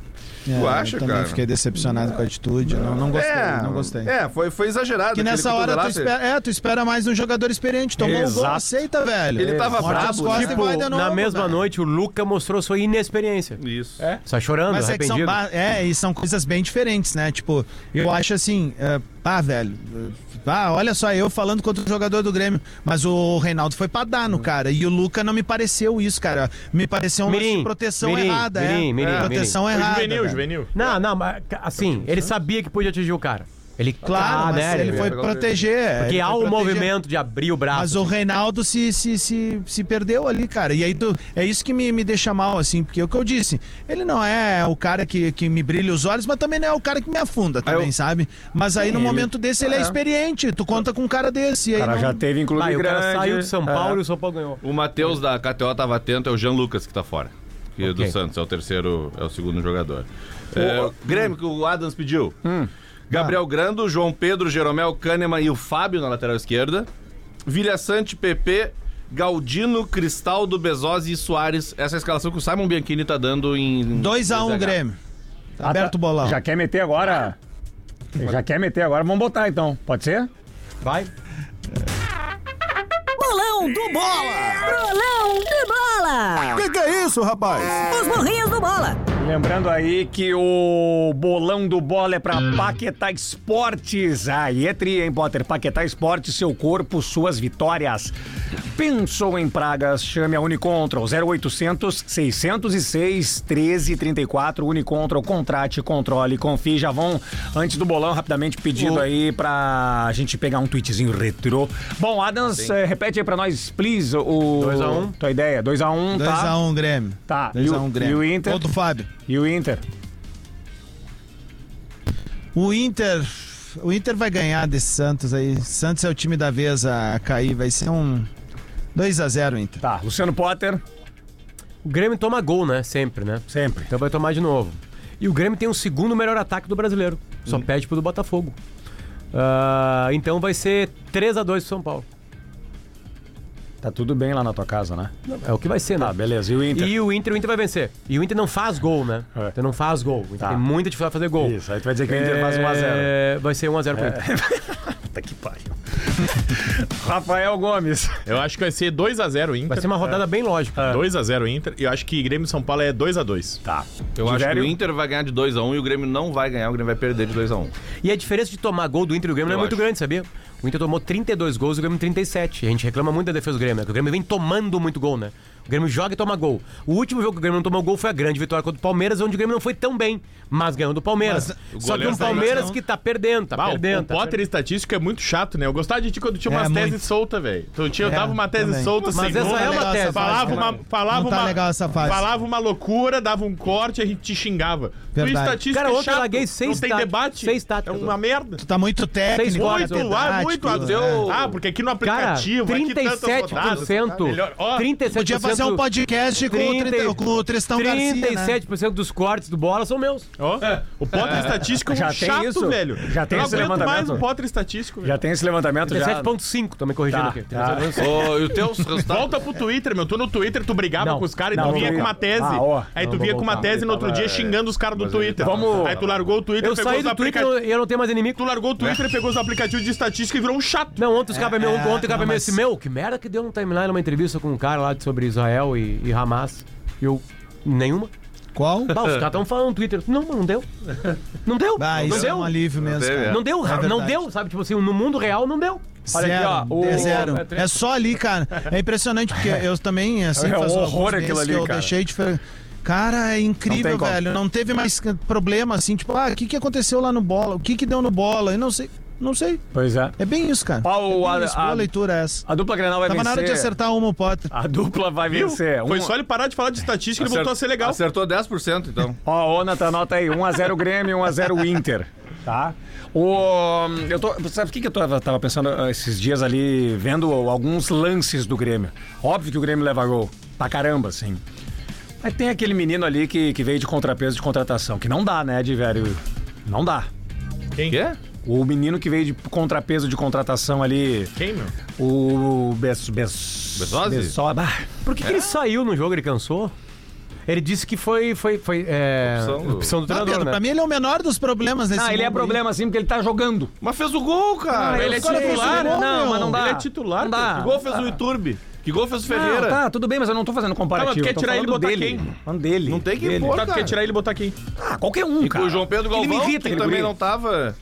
Speaker 6: É,
Speaker 3: Tu acha,
Speaker 6: eu também
Speaker 3: cara?
Speaker 6: fiquei decepcionado com a atitude. Não, não gostei,
Speaker 3: é,
Speaker 6: não gostei.
Speaker 3: É, foi, foi exagerado.
Speaker 6: Que
Speaker 3: aquele
Speaker 6: nessa hora tu
Speaker 3: cotovelaço.
Speaker 6: espera, é, tu espera mais um jogador experiente. Tomou um gol,
Speaker 2: Exato.
Speaker 6: aceita, velho.
Speaker 3: Ele tava
Speaker 6: Morde as
Speaker 3: brabo,
Speaker 6: costas
Speaker 3: né?
Speaker 6: e vai de
Speaker 5: Tipo, na
Speaker 6: novo,
Speaker 5: mesma
Speaker 6: velho.
Speaker 5: noite, o Luca mostrou sua inexperiência.
Speaker 3: Isso.
Speaker 5: Só chorando,
Speaker 6: Mas é que são,
Speaker 5: arrependido.
Speaker 6: ba- é, e são coisas bem diferentes, né? Tipo, eu acho assim, é, ah, velho, é, ah, olha só, eu falando contra o jogador do Grêmio, mas o Reinaldo foi pra dar no cara, e o Luca não me pareceu isso, cara. Me pareceu uma
Speaker 5: Mirim,
Speaker 6: proteção
Speaker 5: mirim,
Speaker 6: errada,
Speaker 5: mirim,
Speaker 6: é.
Speaker 5: mirim, mirim.
Speaker 6: proteção errada.
Speaker 4: juvenil,
Speaker 6: velho.
Speaker 4: juvenil.
Speaker 5: Não, não, mas ca- assim, ele sabia que podia atingir o cara. Ele,
Speaker 6: Claro,
Speaker 5: ah,
Speaker 6: mas
Speaker 5: né,
Speaker 6: ele foi
Speaker 3: Porque
Speaker 6: proteger.
Speaker 5: Porque
Speaker 6: ele
Speaker 5: há
Speaker 6: foi
Speaker 5: o
Speaker 6: proteger.
Speaker 5: movimento de abrir o
Speaker 6: Mas
Speaker 5: braço.
Speaker 6: o Reinaldo se, se, se, se perdeu ali, cara. E aí tu, é isso que me, me deixa mal, assim, porque é o que eu disse. Ele não é o cara que, que me brilha os olhos, mas também não é o cara que me afunda também,
Speaker 3: eu-
Speaker 6: sabe? Mas aí no momento desse ele é, experiente. Tu conta com um cara desse. E aí
Speaker 2: O cara
Speaker 6: não-
Speaker 2: já teve em clube
Speaker 5: Lá, e o
Speaker 2: grande. é.
Speaker 5: cara saiu de São Paulo e o São Paulo ganhou.
Speaker 3: O Matheus da KTO tava atento, é o Jean Lucas que tá fora. Que é do
Speaker 5: Ok.
Speaker 3: Santos, é o terceiro, é o segundo jogador. É, o Grêmio que o Adams pediu. Ah. Gabriel Grando, João Pedro, Jeromel Kahneman e o Fábio na lateral esquerda. Vilha Sante, PP, Galdino, Cristaldo, Bezosi e Soares. Essa é a escalação que o Simon Bianchini tá dando em.
Speaker 6: 2x1
Speaker 3: em
Speaker 6: um,
Speaker 3: DH.
Speaker 6: Grêmio. Tá aberto o bolão.
Speaker 2: Já quer meter agora? Já quer meter agora? Vamos botar então. Pode ser?
Speaker 5: Vai.
Speaker 9: Bolão do Bola! Bolão do Bola!
Speaker 10: Que que é isso, rapaz?
Speaker 9: Os morrinhos do Bola!
Speaker 2: Lembrando aí que o bolão do bola é pra Paquetá Esportes. Aí é tri, hein, Potter? Paquetá Esportes, seu corpo, suas vitórias. Pensou em pragas? Chame a Unicontrol 0800 606 1334. Unicontrol, contrate, controle, confie. Já vão, antes do bolão, rapidamente pedido aí pra gente pegar um tweetzinho retrô. Bom, Adams, eh, repete aí pra nós, please, o...
Speaker 5: 2x1.
Speaker 2: Tua ideia, 2x1, tá?
Speaker 6: 2x1 um, Grêmio.
Speaker 2: Tá.
Speaker 6: 2x1
Speaker 2: E o-
Speaker 6: um, Grêmio.
Speaker 2: e o Inter?
Speaker 6: Outro Fábio.
Speaker 2: E o Inter?
Speaker 6: O Inter. O Inter vai ganhar desse Santos aí. Santos é o time da vez a cair. Vai ser um 2x0 Inter.
Speaker 2: Tá, Luciano Potter,
Speaker 5: O Grêmio toma gol, né? Sempre, né?
Speaker 2: sempre.
Speaker 5: Então vai tomar de novo. E o Grêmio tem o segundo melhor ataque do brasileiro.
Speaker 2: Uhum.
Speaker 5: Só pede pro do Botafogo. Ah, então vai ser 3 a 2 pro São Paulo.
Speaker 2: Tá tudo bem lá na tua casa, né?
Speaker 5: É o que vai ser, né?
Speaker 2: Tá, beleza. E o Inter?
Speaker 5: E o Inter, o Inter vai vencer. E o Inter não faz gol, né?
Speaker 2: É.
Speaker 5: Então não faz gol. O Inter
Speaker 2: Tá.
Speaker 5: Tem muita dificuldade de fazer gol.
Speaker 2: Isso, aí tu vai dizer que o Inter faz 1x0.
Speaker 5: É, Vai ser 1x0 pro Inter.
Speaker 2: Puta que pariu. Rafael Gomes.
Speaker 4: Eu acho que vai ser 2x0
Speaker 5: Vai
Speaker 4: Inter.
Speaker 5: ser uma rodada bem lógica.
Speaker 2: É.
Speaker 4: 2x0 Inter. E eu acho que Grêmio e São Paulo é 2x2.
Speaker 2: Tá.
Speaker 3: Eu acho que
Speaker 2: Diverio?
Speaker 3: o Inter vai ganhar de 2x1 e o Grêmio não vai ganhar, o Grêmio vai perder de 2x1.
Speaker 5: E a diferença de tomar gol do Inter e do Grêmio
Speaker 3: Eu
Speaker 5: não é muito
Speaker 3: acho.
Speaker 5: grande, sabia? O Inter tomou 32 gols e o Grêmio 37. A gente reclama muito da defesa do Grêmio, né? Que o Grêmio vem tomando muito gol, né? O Grêmio joga e toma gol. O último jogo que o Grêmio não tomou gol foi a grande vitória contra o Palmeiras, onde o Grêmio não foi tão bem, mas ganhou do Palmeiras.
Speaker 4: o
Speaker 5: Só que
Speaker 4: goleiro
Speaker 5: um
Speaker 4: tá
Speaker 5: Palmeiras
Speaker 6: aí.
Speaker 5: que tá perdendo, tá
Speaker 4: Bah, o-
Speaker 5: perdendo.
Speaker 4: o
Speaker 5: tá
Speaker 4: Potter estatístico é muito chato, né? Eu gostava de ti quando tinha
Speaker 6: É,
Speaker 4: umas
Speaker 6: muito.
Speaker 4: teses soltas, velho. Tu tinha, eu
Speaker 6: É,
Speaker 4: dava uma tese
Speaker 6: também.
Speaker 4: solta assim,
Speaker 5: Mas
Speaker 4: sem
Speaker 5: essa
Speaker 4: nome,
Speaker 5: é uma
Speaker 4: falava
Speaker 5: tese,
Speaker 4: Falava
Speaker 5: mas-
Speaker 4: uma, falava
Speaker 6: Não tá
Speaker 4: uma,
Speaker 6: legal essa fase.
Speaker 4: falava uma loucura, dava um corte, a gente te xingava.
Speaker 6: Verdade.
Speaker 4: O estatístico
Speaker 5: Cara,
Speaker 4: é
Speaker 5: ontem
Speaker 4: chato.
Speaker 5: eu larguei seis
Speaker 4: não tem
Speaker 5: tá-
Speaker 4: debate.
Speaker 5: seis táticas.
Speaker 4: É uma merda.
Speaker 6: Tu tá muito técnico.
Speaker 5: gols,
Speaker 4: Muito,
Speaker 5: Muito,
Speaker 4: ah,
Speaker 6: é verdade,
Speaker 4: muito.
Speaker 6: tudo,
Speaker 4: adeu.
Speaker 6: né?
Speaker 4: Ah, porque aqui no
Speaker 5: É. Cara,
Speaker 4: aplicativo, aqui tantas rodadas.
Speaker 5: 37%.
Speaker 4: Melhor. Ó,
Speaker 5: 37%.
Speaker 6: Podia fazer um podcast com, o
Speaker 5: 30
Speaker 6: Trin- com o Tristão Garcia, né?
Speaker 5: 37% dos cortes do bola são meus.
Speaker 4: ó. O Potter estatístico é um
Speaker 2: Já tem
Speaker 4: chato,
Speaker 2: isso?
Speaker 4: velho.
Speaker 2: Já tem
Speaker 4: eu não
Speaker 2: esse
Speaker 4: aguento mais
Speaker 2: levantamento?
Speaker 4: o Potter estatístico, velho.
Speaker 2: Já tem esse levantamento já.
Speaker 5: 37,5%. Tô me corrigindo
Speaker 2: Tá,
Speaker 5: aqui.
Speaker 2: tá.
Speaker 3: Ah, Ô, e os teus resultados?
Speaker 4: Volta pro Twitter, meu. Tu no Twitter, tu brigava
Speaker 5: Não,
Speaker 4: com os caras e
Speaker 2: não,
Speaker 4: tu vinha
Speaker 2: não.
Speaker 4: com uma tese.
Speaker 2: Ah, ó.
Speaker 4: aí tu
Speaker 5: Não,
Speaker 4: vinha
Speaker 5: vou
Speaker 4: com uma
Speaker 5: voltar.
Speaker 4: tese no outro dia xingando os caras do
Speaker 3: mas ele
Speaker 4: Twitter.
Speaker 3: tava-
Speaker 4: Aí tu largou o Twitter,
Speaker 5: Eu
Speaker 4: pegou
Speaker 5: saí
Speaker 4: os
Speaker 5: do Twitter
Speaker 4: aplicativos.
Speaker 5: e eu não tenho mais inimigo.
Speaker 4: Tu largou o Twitter, pegou os aplicativos de estatística que virou um chato.
Speaker 5: Não, ontem os
Speaker 6: É,
Speaker 5: caras meio, ontem o cara
Speaker 6: não,
Speaker 5: meio
Speaker 6: mas-
Speaker 5: assim, meu, que merda que deu no timeline uma entrevista com um cara lá sobre Israel e, e Hamas. E eu, nenhuma.
Speaker 6: Qual?
Speaker 5: Bah,
Speaker 3: É.
Speaker 5: os caras estão falando no Twitter. Não, mas não deu. Não deu.
Speaker 6: Ah,
Speaker 5: não
Speaker 6: isso é
Speaker 5: deu.
Speaker 6: um alívio mesmo.
Speaker 3: deu,
Speaker 6: cara.
Speaker 3: é.
Speaker 5: Não deu,
Speaker 6: É
Speaker 5: não
Speaker 6: verdade.
Speaker 5: deu, sabe? Tipo assim, no mundo real não deu.
Speaker 2: Olha aqui, ó,
Speaker 6: Zero,
Speaker 2: o-
Speaker 6: é zero. É só ali, cara. É impressionante porque eu também, assim,
Speaker 2: É um
Speaker 6: faz alguns
Speaker 2: horror
Speaker 6: meses
Speaker 2: aquilo
Speaker 6: que
Speaker 2: ali,
Speaker 6: eu
Speaker 2: cara.
Speaker 6: deixei de fa- Cara, é incrível,
Speaker 2: Não tem como.
Speaker 6: velho. Não teve mais problema, assim, tipo, ah, o que, que aconteceu lá no bola? O que, que deu no bola? Eu não sei. Não sei.
Speaker 2: Pois é.
Speaker 6: É bem isso, cara.
Speaker 2: Qual
Speaker 6: é
Speaker 2: a-
Speaker 6: bem isso. Boa
Speaker 2: a-
Speaker 6: leitura essa.
Speaker 2: A dupla Grenal vai
Speaker 6: Tava na hora de
Speaker 2: vencer. Tá
Speaker 6: acertar uma, o Potter.
Speaker 2: A dupla vai
Speaker 4: Viu?
Speaker 2: vencer.
Speaker 4: Foi
Speaker 2: Um-
Speaker 4: só ele parar de falar de estatística e ele voltou a ser legal.
Speaker 3: é Acertou 10%, então.
Speaker 2: Ó, ô, Natan, anota aí. 1x0 Grêmio, 1x0 Inter. Tá? O, eu tô, sabe o que, que eu tava, tava pensando ah, esses dias ali, vendo alguns lances do Grêmio? Óbvio que o Grêmio leva gol. Pra caramba, sim. Mas tem aquele menino ali que, que veio de contrapeso de contratação, que não dá, né, de velho? Não dá.
Speaker 4: Quem?
Speaker 2: O menino que veio de contrapeso de contratação ali,
Speaker 4: Quem, meu?
Speaker 2: o Bess, Bess,
Speaker 3: Bessosi?
Speaker 2: Besso- bah,
Speaker 5: Por que, que
Speaker 6: É.
Speaker 5: ele saiu no jogo? Ele cansou? Ele disse que foi, foi, foi é,
Speaker 3: Opção
Speaker 5: opção,
Speaker 3: do-
Speaker 5: do
Speaker 6: Não,
Speaker 5: treinador,
Speaker 6: Pedro,
Speaker 5: né?
Speaker 6: pra mim ele é o menor dos problemas nesse
Speaker 2: Não, ele é
Speaker 6: mundo aí.
Speaker 2: problema sim, porque ele tá jogando.
Speaker 3: Mas fez o gol, cara.
Speaker 2: ele
Speaker 3: ele
Speaker 2: é
Speaker 3: é
Speaker 2: titular, né? Não, mas não dá.
Speaker 4: Ele é titular,
Speaker 2: Não dá.
Speaker 4: cara. Que gol fez o YouTube?
Speaker 3: Que gol fez o
Speaker 2: Não,
Speaker 3: Ferreira?
Speaker 2: tá, tudo bem, mas eu não tô fazendo comparativo.
Speaker 4: Tá, mas quer
Speaker 2: eu tô
Speaker 4: tirar ele e
Speaker 2: falando
Speaker 4: botar
Speaker 2: dele.
Speaker 4: quem?
Speaker 2: Falando dele.
Speaker 3: Não tem que
Speaker 2: dele.
Speaker 3: pôr,
Speaker 4: Tá,
Speaker 3: cara.
Speaker 4: quer tirar ele e botar quem?
Speaker 2: Ah, qualquer um,
Speaker 3: E
Speaker 2: cara.
Speaker 3: o João Pedro
Speaker 2: Ele
Speaker 3: Galvão,
Speaker 2: me irrita,
Speaker 3: que
Speaker 2: aquele
Speaker 3: também
Speaker 2: guri.
Speaker 3: não tava...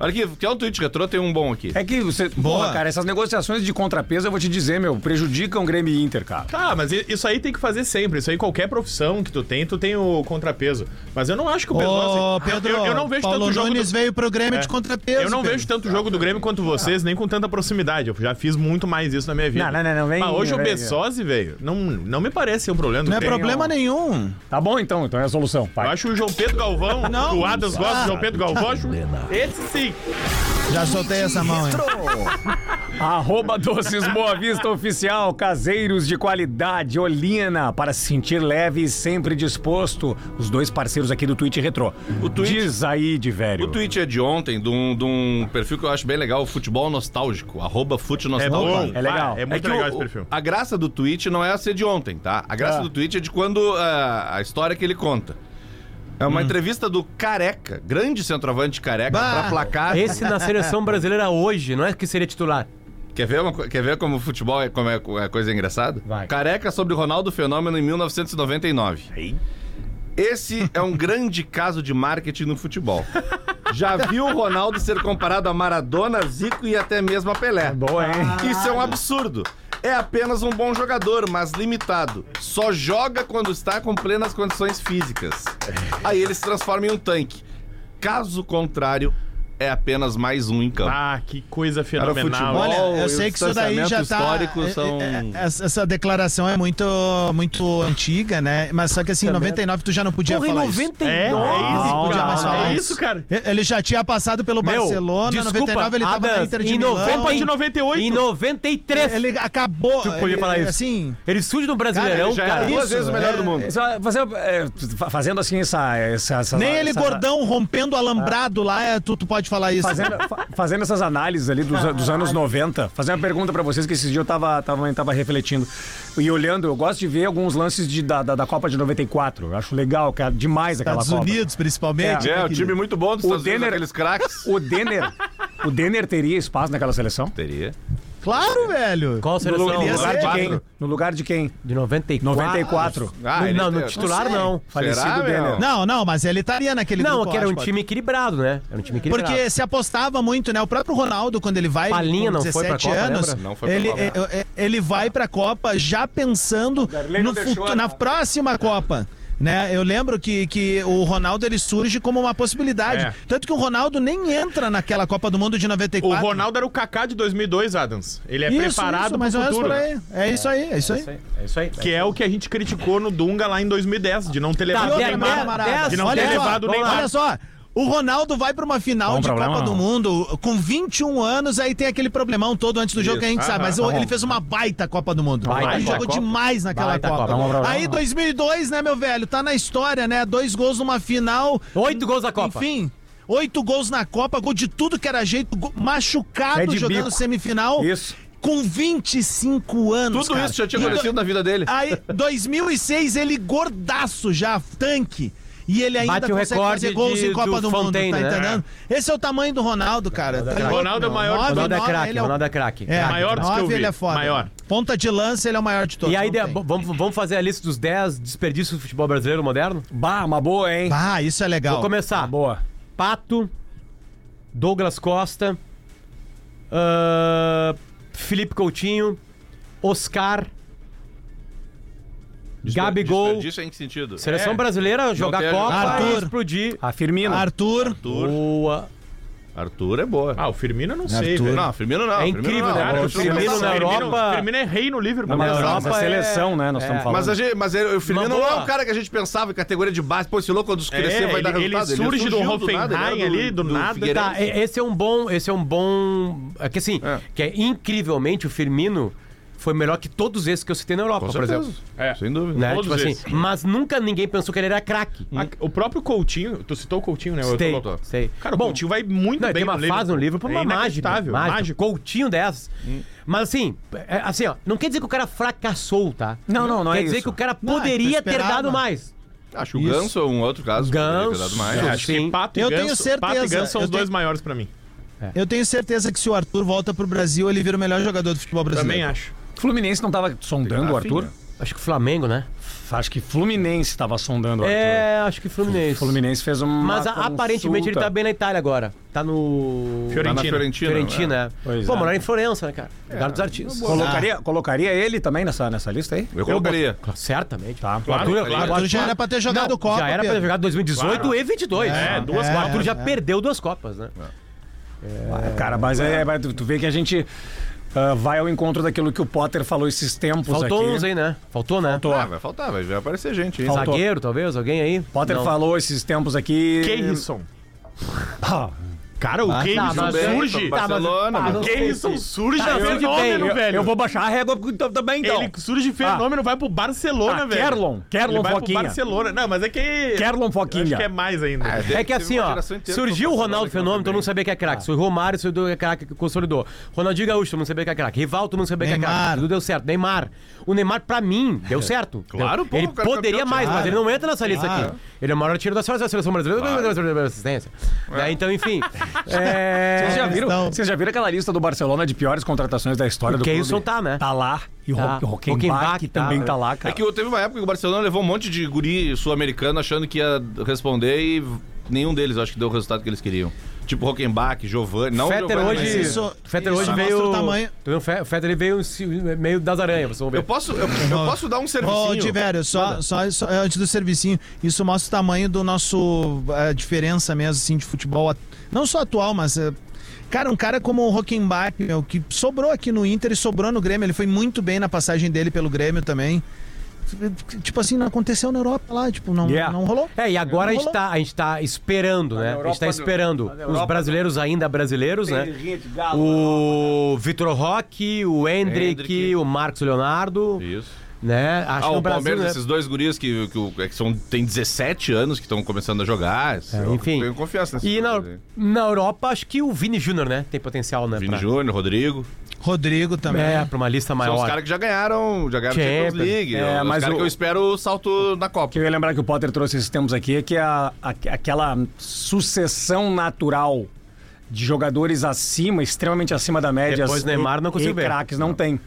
Speaker 3: Olha aqui, tem um tweet retrô, tem um bom aqui.
Speaker 2: É que você...
Speaker 6: Boa.
Speaker 2: Porra, cara, essas negociações de contrapeso, eu vou te dizer, meu, prejudicam o Grêmio e Inter, cara.
Speaker 4: Tá, mas i- isso aí tem que fazer sempre. Isso aí, qualquer profissão que tu tem, tu tem o contrapeso. Mas eu não acho que o
Speaker 6: Ô,
Speaker 2: assim.
Speaker 4: Pedrosa-
Speaker 6: Pedro,
Speaker 4: eu, eu não vejo
Speaker 6: Paulo
Speaker 4: tanto jogo.
Speaker 6: Nunes
Speaker 4: do-
Speaker 6: veio pro Grêmio
Speaker 2: É.
Speaker 6: de contrapeso.
Speaker 4: Eu não
Speaker 6: Pedro.
Speaker 4: vejo tanto jogo do Grêmio quanto vocês, nem com tanta proximidade. Eu já fiz muito mais isso na minha vida.
Speaker 2: Não, não, não, não, vem-
Speaker 4: Mas hoje
Speaker 2: vem-
Speaker 4: o Bessosi, velho, não, não me parece ser um problema do
Speaker 6: Não é
Speaker 4: Grêmio.
Speaker 6: problema nenhum.
Speaker 2: Tá bom, então. Então é a solução,
Speaker 4: Eu
Speaker 2: pai.
Speaker 4: acho o João Pedro Galvão,
Speaker 6: Não,
Speaker 4: o Adas gosta
Speaker 6: ah.
Speaker 4: do João Pedro Galvão. eu acho- Esse sim.
Speaker 6: Já soltei essa mão, hein?
Speaker 2: Arroba Doces Boa Vista Oficial, caseiros de qualidade, Olina, para se sentir leve e sempre disposto. Os dois parceiros aqui do Twitch Retrô. O
Speaker 3: Twitch-
Speaker 2: Diz aí, de
Speaker 3: O
Speaker 2: velho.
Speaker 3: tweet é de ontem, de um, de um perfil que eu acho bem legal, Futebol Nostálgico, arroba Fute
Speaker 4: É
Speaker 3: Nostálgico.
Speaker 4: bom.
Speaker 2: é legal.
Speaker 4: É
Speaker 3: É
Speaker 4: muito
Speaker 3: que
Speaker 4: legal
Speaker 3: o-
Speaker 4: esse perfil.
Speaker 3: a graça do tweet não é a ser de ontem, tá? A graça
Speaker 2: Ah.
Speaker 3: do tweet é de quando ah, a história que ele conta. É uma entrevista do Careca, grande centroavante Careca,
Speaker 6: Bah!
Speaker 3: pra placar.
Speaker 5: Esse na seleção brasileira hoje, não é que seria titular.
Speaker 3: Quer, ver uma co- quer ver como o futebol é, como é, co- é coisa engraçada?
Speaker 5: Vai.
Speaker 3: Careca sobre Ronaldo Fenômeno em 1999. Esse é um grande caso de marketing no futebol. Já viu o Ronaldo ser comparado a Maradona, Zico e até mesmo a Pelé.
Speaker 2: Boa, hein?
Speaker 3: Isso é um absurdo. É apenas um bom jogador, mas limitado. Só joga quando está com plenas condições físicas.
Speaker 2: É.
Speaker 3: Aí ele se transforma em um tanque. Caso contrário, é apenas mais um em campo.
Speaker 4: Ah, que coisa
Speaker 3: Cara, o
Speaker 4: fenomenal.
Speaker 3: futebol-
Speaker 6: Olha,
Speaker 3: e
Speaker 6: eu
Speaker 3: o
Speaker 6: sei que isso daí já tá.
Speaker 3: distanciamento histórico são-
Speaker 6: é, é, Essa essa declaração é muito, muito antiga, né? Mas só que assim, em 99 tu já não podia
Speaker 5: Porra, em
Speaker 6: falar isso.
Speaker 5: 99.
Speaker 4: É, é isso,
Speaker 6: Não,
Speaker 4: cara.
Speaker 6: jamais falar
Speaker 4: é
Speaker 6: isso.
Speaker 4: isso, cara.
Speaker 6: E- Ele já tinha passado pelo
Speaker 5: Meu,
Speaker 6: Barcelona, em
Speaker 5: desculpa,
Speaker 6: 99 ele tava
Speaker 5: Adams,
Speaker 6: na Inter de
Speaker 5: em
Speaker 6: Milão. É,
Speaker 5: 90
Speaker 4: Copa de 98.
Speaker 5: Em 93, ele,
Speaker 6: Ele acabou.
Speaker 5: Tu podia falar isso.
Speaker 6: Assim,
Speaker 5: surge no Brasileirão,
Speaker 3: já
Speaker 5: cara.
Speaker 3: era duas
Speaker 6: isso,
Speaker 3: vezes o melhor
Speaker 6: é-
Speaker 3: do mundo.
Speaker 2: Só fazer, é, fa- fazendo assim essa... essa, essa-
Speaker 6: nem ele
Speaker 2: essa-
Speaker 6: gordão rompendo alambrado lá, é, tu, tu pode falar isso.
Speaker 2: Fazendo, fa- fazendo essas análises ali dos, an- dos anos 90, fazer uma pergunta pra vocês que esses dias eu tava, tava, tava refletindo e olhando, eu gosto de ver alguns lances de, da, da, da Copa de 94. Eu acho legal, cara, demais aquela
Speaker 6: Estados
Speaker 2: Copa.
Speaker 6: Unidos, principalmente.
Speaker 2: É,
Speaker 3: É,
Speaker 6: né,
Speaker 3: um
Speaker 6: querido?
Speaker 3: time muito bom dos
Speaker 2: O
Speaker 3: Estados Unidos,
Speaker 2: Denner-
Speaker 3: aqueles craques.
Speaker 2: O Denner, o Denner teria espaço naquela seleção?
Speaker 3: Teria.
Speaker 6: Claro, velho.
Speaker 5: Qual seleção?
Speaker 3: Ele
Speaker 2: No
Speaker 6: ia
Speaker 2: lugar de
Speaker 6: ser.
Speaker 2: quem? No lugar de quem?
Speaker 5: De 94.
Speaker 2: 94.
Speaker 3: Ah,
Speaker 5: No-
Speaker 3: ele
Speaker 5: não, no
Speaker 3: tem-
Speaker 5: titular
Speaker 6: Não sei.
Speaker 5: não.
Speaker 2: Falecido
Speaker 3: Será, meu?
Speaker 2: Denner.
Speaker 6: Não, não, mas ele estaria naquele
Speaker 5: Não,
Speaker 6: grupo,
Speaker 5: que era
Speaker 6: eu
Speaker 5: um
Speaker 6: acho,
Speaker 5: time equilibrado, né? Era um time equilibrado.
Speaker 6: Porque se apostava muito, né? O próprio Ronaldo, quando ele vai
Speaker 5: Palinha não foi pra Copa,
Speaker 6: anos,
Speaker 5: lembra?
Speaker 3: Não foi pra
Speaker 6: ele,
Speaker 3: Copa.
Speaker 6: é- é- ele vai pra Copa já pensando
Speaker 2: Darley não
Speaker 6: no
Speaker 2: deixou,
Speaker 6: futu-
Speaker 2: né?
Speaker 6: na próxima Copa. Né? Eu lembro que, que o Ronaldo ele surge como uma possibilidade.
Speaker 4: É.
Speaker 6: Tanto que o Ronaldo nem entra naquela Copa do Mundo de
Speaker 4: O
Speaker 6: 94.
Speaker 4: Ronaldo era o Kaká de 2002, Adams. Ele é
Speaker 6: isso,
Speaker 4: preparado
Speaker 6: isso, mas
Speaker 4: pro futuro.
Speaker 6: aí. É isso aí, é isso aí.
Speaker 5: É isso aí.
Speaker 4: Que é o que a gente criticou no Dunga lá em 2010, de não ter levado
Speaker 5: Tá,
Speaker 4: o
Speaker 5: de-
Speaker 4: Neymar.
Speaker 5: de-
Speaker 6: camarada.
Speaker 4: de não ter
Speaker 6: Olha só,
Speaker 4: levado o
Speaker 6: vamos lá.
Speaker 4: Neymar.
Speaker 6: Olha só. O Ronaldo vai pra uma final
Speaker 2: Bom
Speaker 6: de
Speaker 2: problema,
Speaker 6: Copa do
Speaker 2: não.
Speaker 6: Mundo com 21 anos, aí tem aquele problemão todo antes do jogo que a gente sabe, mas o- ele fez uma baita Copa do Mundo.
Speaker 5: Baita
Speaker 6: ele
Speaker 5: Copa.
Speaker 6: jogou demais naquela
Speaker 5: Baita
Speaker 6: Copa.
Speaker 5: Copa. Não,
Speaker 2: problema,
Speaker 6: Aí 2002, né, meu velho, tá na história, né? Dois gols numa final.
Speaker 5: Oito gols da Copa.
Speaker 6: Enfim, oito gols na Copa, gol de tudo que era jeito, gol- machucado
Speaker 2: Pé de
Speaker 6: jogando
Speaker 2: bico.
Speaker 6: semifinal.
Speaker 2: Isso.
Speaker 6: Com 25 anos,
Speaker 3: Tudo
Speaker 6: cara. Então,
Speaker 3: isso já tinha
Speaker 6: E do-
Speaker 3: acontecido na vida dele.
Speaker 6: Aí, 2006, ele gordaço já, tanque. e ele ainda
Speaker 5: Bate o
Speaker 6: consegue
Speaker 5: recorde
Speaker 6: fazer gols
Speaker 5: de-
Speaker 6: em Copa
Speaker 5: do
Speaker 6: do, Mundo, tá
Speaker 5: Fontaine, né?
Speaker 6: entendendo? Esse é o tamanho do Ronaldo, cara. Tá louco,
Speaker 4: Ronaldo é
Speaker 6: meu.
Speaker 4: o maior-
Speaker 6: Nove,
Speaker 5: Ronaldo é
Speaker 6: nove,
Speaker 5: craque,
Speaker 6: ele
Speaker 5: Ronaldo é craque.
Speaker 6: É,
Speaker 5: Craque.
Speaker 4: maior dos que eu
Speaker 6: nove,
Speaker 4: vi.
Speaker 6: ele é foda.
Speaker 4: Maior.
Speaker 6: Ponta de lança, ele é o maior de todos.
Speaker 5: E aí,
Speaker 6: não
Speaker 5: de-
Speaker 6: tem.
Speaker 5: vamos, vamos fazer a lista dos 10 desperdícios do futebol brasileiro moderno?
Speaker 2: Bah, uma boa, hein?
Speaker 6: Ah, isso é legal.
Speaker 5: Vou começar.
Speaker 2: Boa.
Speaker 5: Pato, Douglas Costa, ah, Felipe Coutinho, Oscar,
Speaker 3: Desper-
Speaker 5: Gabigol.
Speaker 3: Desperdício em que sentido?
Speaker 5: Seleção brasileira, jogar
Speaker 3: tem a-
Speaker 5: Copa e
Speaker 6: Arthur.
Speaker 5: explodir.
Speaker 2: A Firmino.
Speaker 6: Arthur.
Speaker 5: Boa.
Speaker 3: Arthur é boa.
Speaker 4: Ah, o Firmino eu não sei,
Speaker 6: Arthur.
Speaker 4: velho.
Speaker 3: Não, Firmino não.
Speaker 5: É
Speaker 3: Firmino
Speaker 5: incrível,
Speaker 3: não.
Speaker 5: né?
Speaker 3: Cara,
Speaker 5: O
Speaker 3: eu sou
Speaker 5: Firmino
Speaker 3: impressão.
Speaker 5: na Europa-
Speaker 4: Firmino é rei no Liverpool.
Speaker 2: Mas
Speaker 4: né?
Speaker 2: a
Speaker 5: Europa é-
Speaker 2: seleção, né? Nós estamos
Speaker 5: é.
Speaker 2: falando.
Speaker 3: Mas, a gente, mas ele- o Firmino
Speaker 5: Uma
Speaker 3: não é
Speaker 5: boa.
Speaker 3: um cara que a gente pensava em categoria de base. Pô, esse louco quando
Speaker 4: É,
Speaker 3: crescer vai dar
Speaker 4: ele- ele
Speaker 3: resultado.
Speaker 4: surge do
Speaker 3: surgiu nada,
Speaker 4: Hoffenheim
Speaker 3: ele era
Speaker 4: ali, do nada.
Speaker 3: Figueirense.
Speaker 5: Tá, e- esse é um bom. Esse é um bom. É que assim,
Speaker 3: É.
Speaker 5: que é incrivelmente o Firmino foi melhor que todos esses que eu citei na Europa,
Speaker 3: Com
Speaker 5: por
Speaker 3: certeza.
Speaker 5: exemplo.
Speaker 4: É.
Speaker 3: Sem dúvida.
Speaker 5: Né?
Speaker 4: Todos
Speaker 5: Tipo assim,
Speaker 4: esses.
Speaker 5: mas nunca ninguém pensou que ele era craque.
Speaker 4: Ah, O próprio Coutinho, tu citou o Coutinho, né? Eu
Speaker 5: Sei,
Speaker 4: tô- tô-
Speaker 5: sei.
Speaker 4: Cara, o
Speaker 5: Bom,
Speaker 4: Coutinho vai muito
Speaker 5: Não,
Speaker 4: bem
Speaker 5: tem uma
Speaker 4: no
Speaker 5: fase no livro
Speaker 4: Liverpool. É
Speaker 5: pra uma mágica,
Speaker 4: inacreditável,
Speaker 5: mágica.
Speaker 4: mágico.
Speaker 5: Coutinho dessas. Mas assim, é, assim, ó, não quer dizer que o cara fracassou, tá?
Speaker 2: Não, não, não
Speaker 5: quer
Speaker 2: é
Speaker 5: dizer
Speaker 2: isso.
Speaker 5: que o cara
Speaker 6: Não, é,
Speaker 5: poderia ter
Speaker 6: esperava.
Speaker 5: dado mais.
Speaker 3: Acho que o Ganso é um outro caso. que poderia ter dado mais.
Speaker 5: Ganso.
Speaker 4: Acho que
Speaker 5: Sim.
Speaker 4: Pato e
Speaker 6: Eu
Speaker 4: Ganso,
Speaker 6: tenho
Speaker 4: Pato e
Speaker 6: certeza,
Speaker 4: Ganso são os
Speaker 6: eu
Speaker 4: dois
Speaker 6: tenho-
Speaker 4: maiores pra mim.
Speaker 6: Eu tenho certeza que se o Arthur volta pro Brasil, ele vira o melhor jogador do futebol brasileiro.
Speaker 4: Também acho.
Speaker 2: O Fluminense não tava sondando o Arthur?
Speaker 5: Hum. Acho que o Flamengo, né?
Speaker 2: Acho que Fluminense tava sondando o Arthur.
Speaker 5: É, acho que Fluminense.
Speaker 2: O Fluminense fez uma
Speaker 5: Mas a-
Speaker 2: consulta.
Speaker 5: aparentemente ele tá bem na Itália agora. Tá no.
Speaker 3: Tá na
Speaker 4: Fiorentina.
Speaker 3: Fiorentina. né?
Speaker 5: Fiorentina, é.
Speaker 2: Pois
Speaker 5: Pô,
Speaker 2: é.
Speaker 5: morar em Florença, né, cara? Lugar dos artistas.
Speaker 2: Colocaria, colocaria ele também nessa, nessa lista aí?
Speaker 3: Eu colocaria.
Speaker 5: Claro, Certamente.
Speaker 2: Tá.
Speaker 5: O Arthur,
Speaker 3: claro.
Speaker 5: o
Speaker 6: Arthur já era pra ter jogado
Speaker 5: Não,
Speaker 6: Copa.
Speaker 5: Já era pra ter
Speaker 6: Pedro.
Speaker 5: jogado 2018
Speaker 4: Claro.
Speaker 5: e 22.
Speaker 4: É, duas
Speaker 5: O Arthur
Speaker 6: Copas.
Speaker 5: já
Speaker 6: É.
Speaker 5: perdeu duas Copas, né?
Speaker 2: Ah, Cara, mas é, mas tu tu vê que a gente ah, vai ao encontro daquilo que o Potter falou esses tempos
Speaker 5: Faltou
Speaker 2: aqui.
Speaker 5: uns aí, né? Faltou, né?
Speaker 2: Faltou.
Speaker 3: Ah, vai faltar, vai, vai aparecer gente. Hein?
Speaker 2: Faltou.
Speaker 5: Zagueiro, talvez? Alguém aí?
Speaker 2: Potter
Speaker 5: Não.
Speaker 2: falou esses tempos aqui.
Speaker 4: Keirson.
Speaker 2: Ah,
Speaker 4: Cara, o
Speaker 5: tá,
Speaker 4: Keirson
Speaker 5: mas-
Speaker 4: surge.
Speaker 5: Tá, mas-
Speaker 3: Barcelona,
Speaker 5: Ah,
Speaker 3: meu.
Speaker 5: não sei
Speaker 4: Keirson
Speaker 5: se-
Speaker 4: surge
Speaker 5: Tá,
Speaker 4: é
Speaker 5: eu-
Speaker 4: fenômeno,
Speaker 5: eu-
Speaker 4: velho.
Speaker 2: eu vou baixar a régua porque tu- também, então.
Speaker 4: Ele surge fenômeno, vai pro Barcelona,
Speaker 2: Ah,
Speaker 4: velho.
Speaker 2: Kerlon, Kerlon
Speaker 4: Ele vai
Speaker 2: Foquinha.
Speaker 4: pro Barcelona. Não, mas é que...
Speaker 2: Kerlon
Speaker 4: Eu Acho
Speaker 2: Foquinha.
Speaker 4: que é mais ainda.
Speaker 5: É que assim, ó, surgiu o
Speaker 3: um
Speaker 5: Ronaldo Fenômeno, tu não sabia que é craque. Surgiu o Romário, surgiu que é craque, que consolidou. Ronaldinho Gaúcho, tu não sabia que é craque. Rival, tu não sabia que é
Speaker 6: Neymar.
Speaker 5: craque. Tudo deu certo. Neymar. O Neymar, pra mim, deu certo.
Speaker 3: Claro,
Speaker 5: Deu-
Speaker 3: pô,
Speaker 5: Ele
Speaker 3: o cara é
Speaker 5: poderia
Speaker 3: campeão,
Speaker 5: mais, mas
Speaker 6: claro.
Speaker 5: ele não entra nessa lista
Speaker 6: Claro.
Speaker 5: aqui. Ele é o maior tiro da história da seleção brasileira. Claro. assistência. Daí, então, enfim. é...
Speaker 2: Vocês já, viram,
Speaker 6: Então-
Speaker 2: vocês já viram aquela lista do Barcelona de piores contratações da história
Speaker 5: O
Speaker 2: do
Speaker 5: Keilson
Speaker 2: clube?
Speaker 5: tá, né?
Speaker 2: Tá lá. E o
Speaker 5: Tá.
Speaker 2: Ho- Hockenbach
Speaker 5: Hockenbach tá,
Speaker 2: também
Speaker 5: né?
Speaker 2: tá lá, cara.
Speaker 3: É que teve uma época que o Barcelona levou um monte de guri sul-americano achando que ia responder e nenhum deles acho que deu o resultado que eles queriam. Tipo Hockenbach, Giovanni, não né? o
Speaker 5: Fetter
Speaker 3: Giovani,
Speaker 5: hoje,
Speaker 3: mas-
Speaker 6: isso-
Speaker 5: Fetter
Speaker 6: isso
Speaker 5: hoje
Speaker 6: mostra
Speaker 5: veio.
Speaker 6: o tamanho.
Speaker 5: Tu viu? O Fe- o Fetter ele veio se- meio das aranhas, vocês vão ver.
Speaker 3: Eu posso, eu, eu posso dar um
Speaker 6: Ô,
Speaker 3: servicinho.
Speaker 6: Diverio, só, só, só é, antes do servicinho, isso mostra o tamanho do nosso. a diferença mesmo, assim, de futebol. at- Não só atual, mas. eh, Cara, um cara como o Hockenbach, meu, que sobrou aqui no Inter e sobrou no Grêmio. Ele foi muito bem na passagem dele pelo Grêmio também. Tipo assim, não aconteceu na Europa lá, tipo, não,
Speaker 2: Yeah.
Speaker 6: não rolou.
Speaker 5: É, e agora a gente,
Speaker 6: rolou.
Speaker 5: tá, a gente tá esperando, né? a gente tá esperando os brasileiros ainda brasileiros, né? O Vitor Roque, o Hendrick,
Speaker 3: Hendrick.
Speaker 5: o Marcos Leonardo,
Speaker 3: Isso.
Speaker 5: né? Acho
Speaker 3: Ah,
Speaker 5: que
Speaker 3: o
Speaker 5: o Brasil,
Speaker 3: Palmeiras,
Speaker 5: né?
Speaker 3: esses dois guris que, que, que são, tem 17 anos que estão começando a jogar. eu
Speaker 5: É, enfim.
Speaker 3: Tenho confiança nesses
Speaker 5: E na,
Speaker 3: guris aí.
Speaker 5: na Europa, acho que o Vini Júnior, né? Tem potencial, né?
Speaker 3: Vini
Speaker 5: pra-
Speaker 3: Júnior, Rodrigo.
Speaker 6: Rodrigo também.
Speaker 5: É, pra uma lista
Speaker 3: São os
Speaker 5: maior.
Speaker 3: caras que já ganharam, já ganharam
Speaker 5: Champions.
Speaker 3: Champions League.
Speaker 2: É,
Speaker 3: É,
Speaker 2: mas
Speaker 3: os caras
Speaker 2: o-
Speaker 3: que eu espero o salto na
Speaker 2: O
Speaker 3: Copa.
Speaker 2: que eu ia lembrar que o Potter trouxe esses tempos aqui é que a, a- aquela sucessão natural de jogadores acima, extremamente acima da média.
Speaker 5: Depois
Speaker 2: e-
Speaker 5: Neymar não consigo
Speaker 2: e
Speaker 5: ver.
Speaker 2: craques não tem.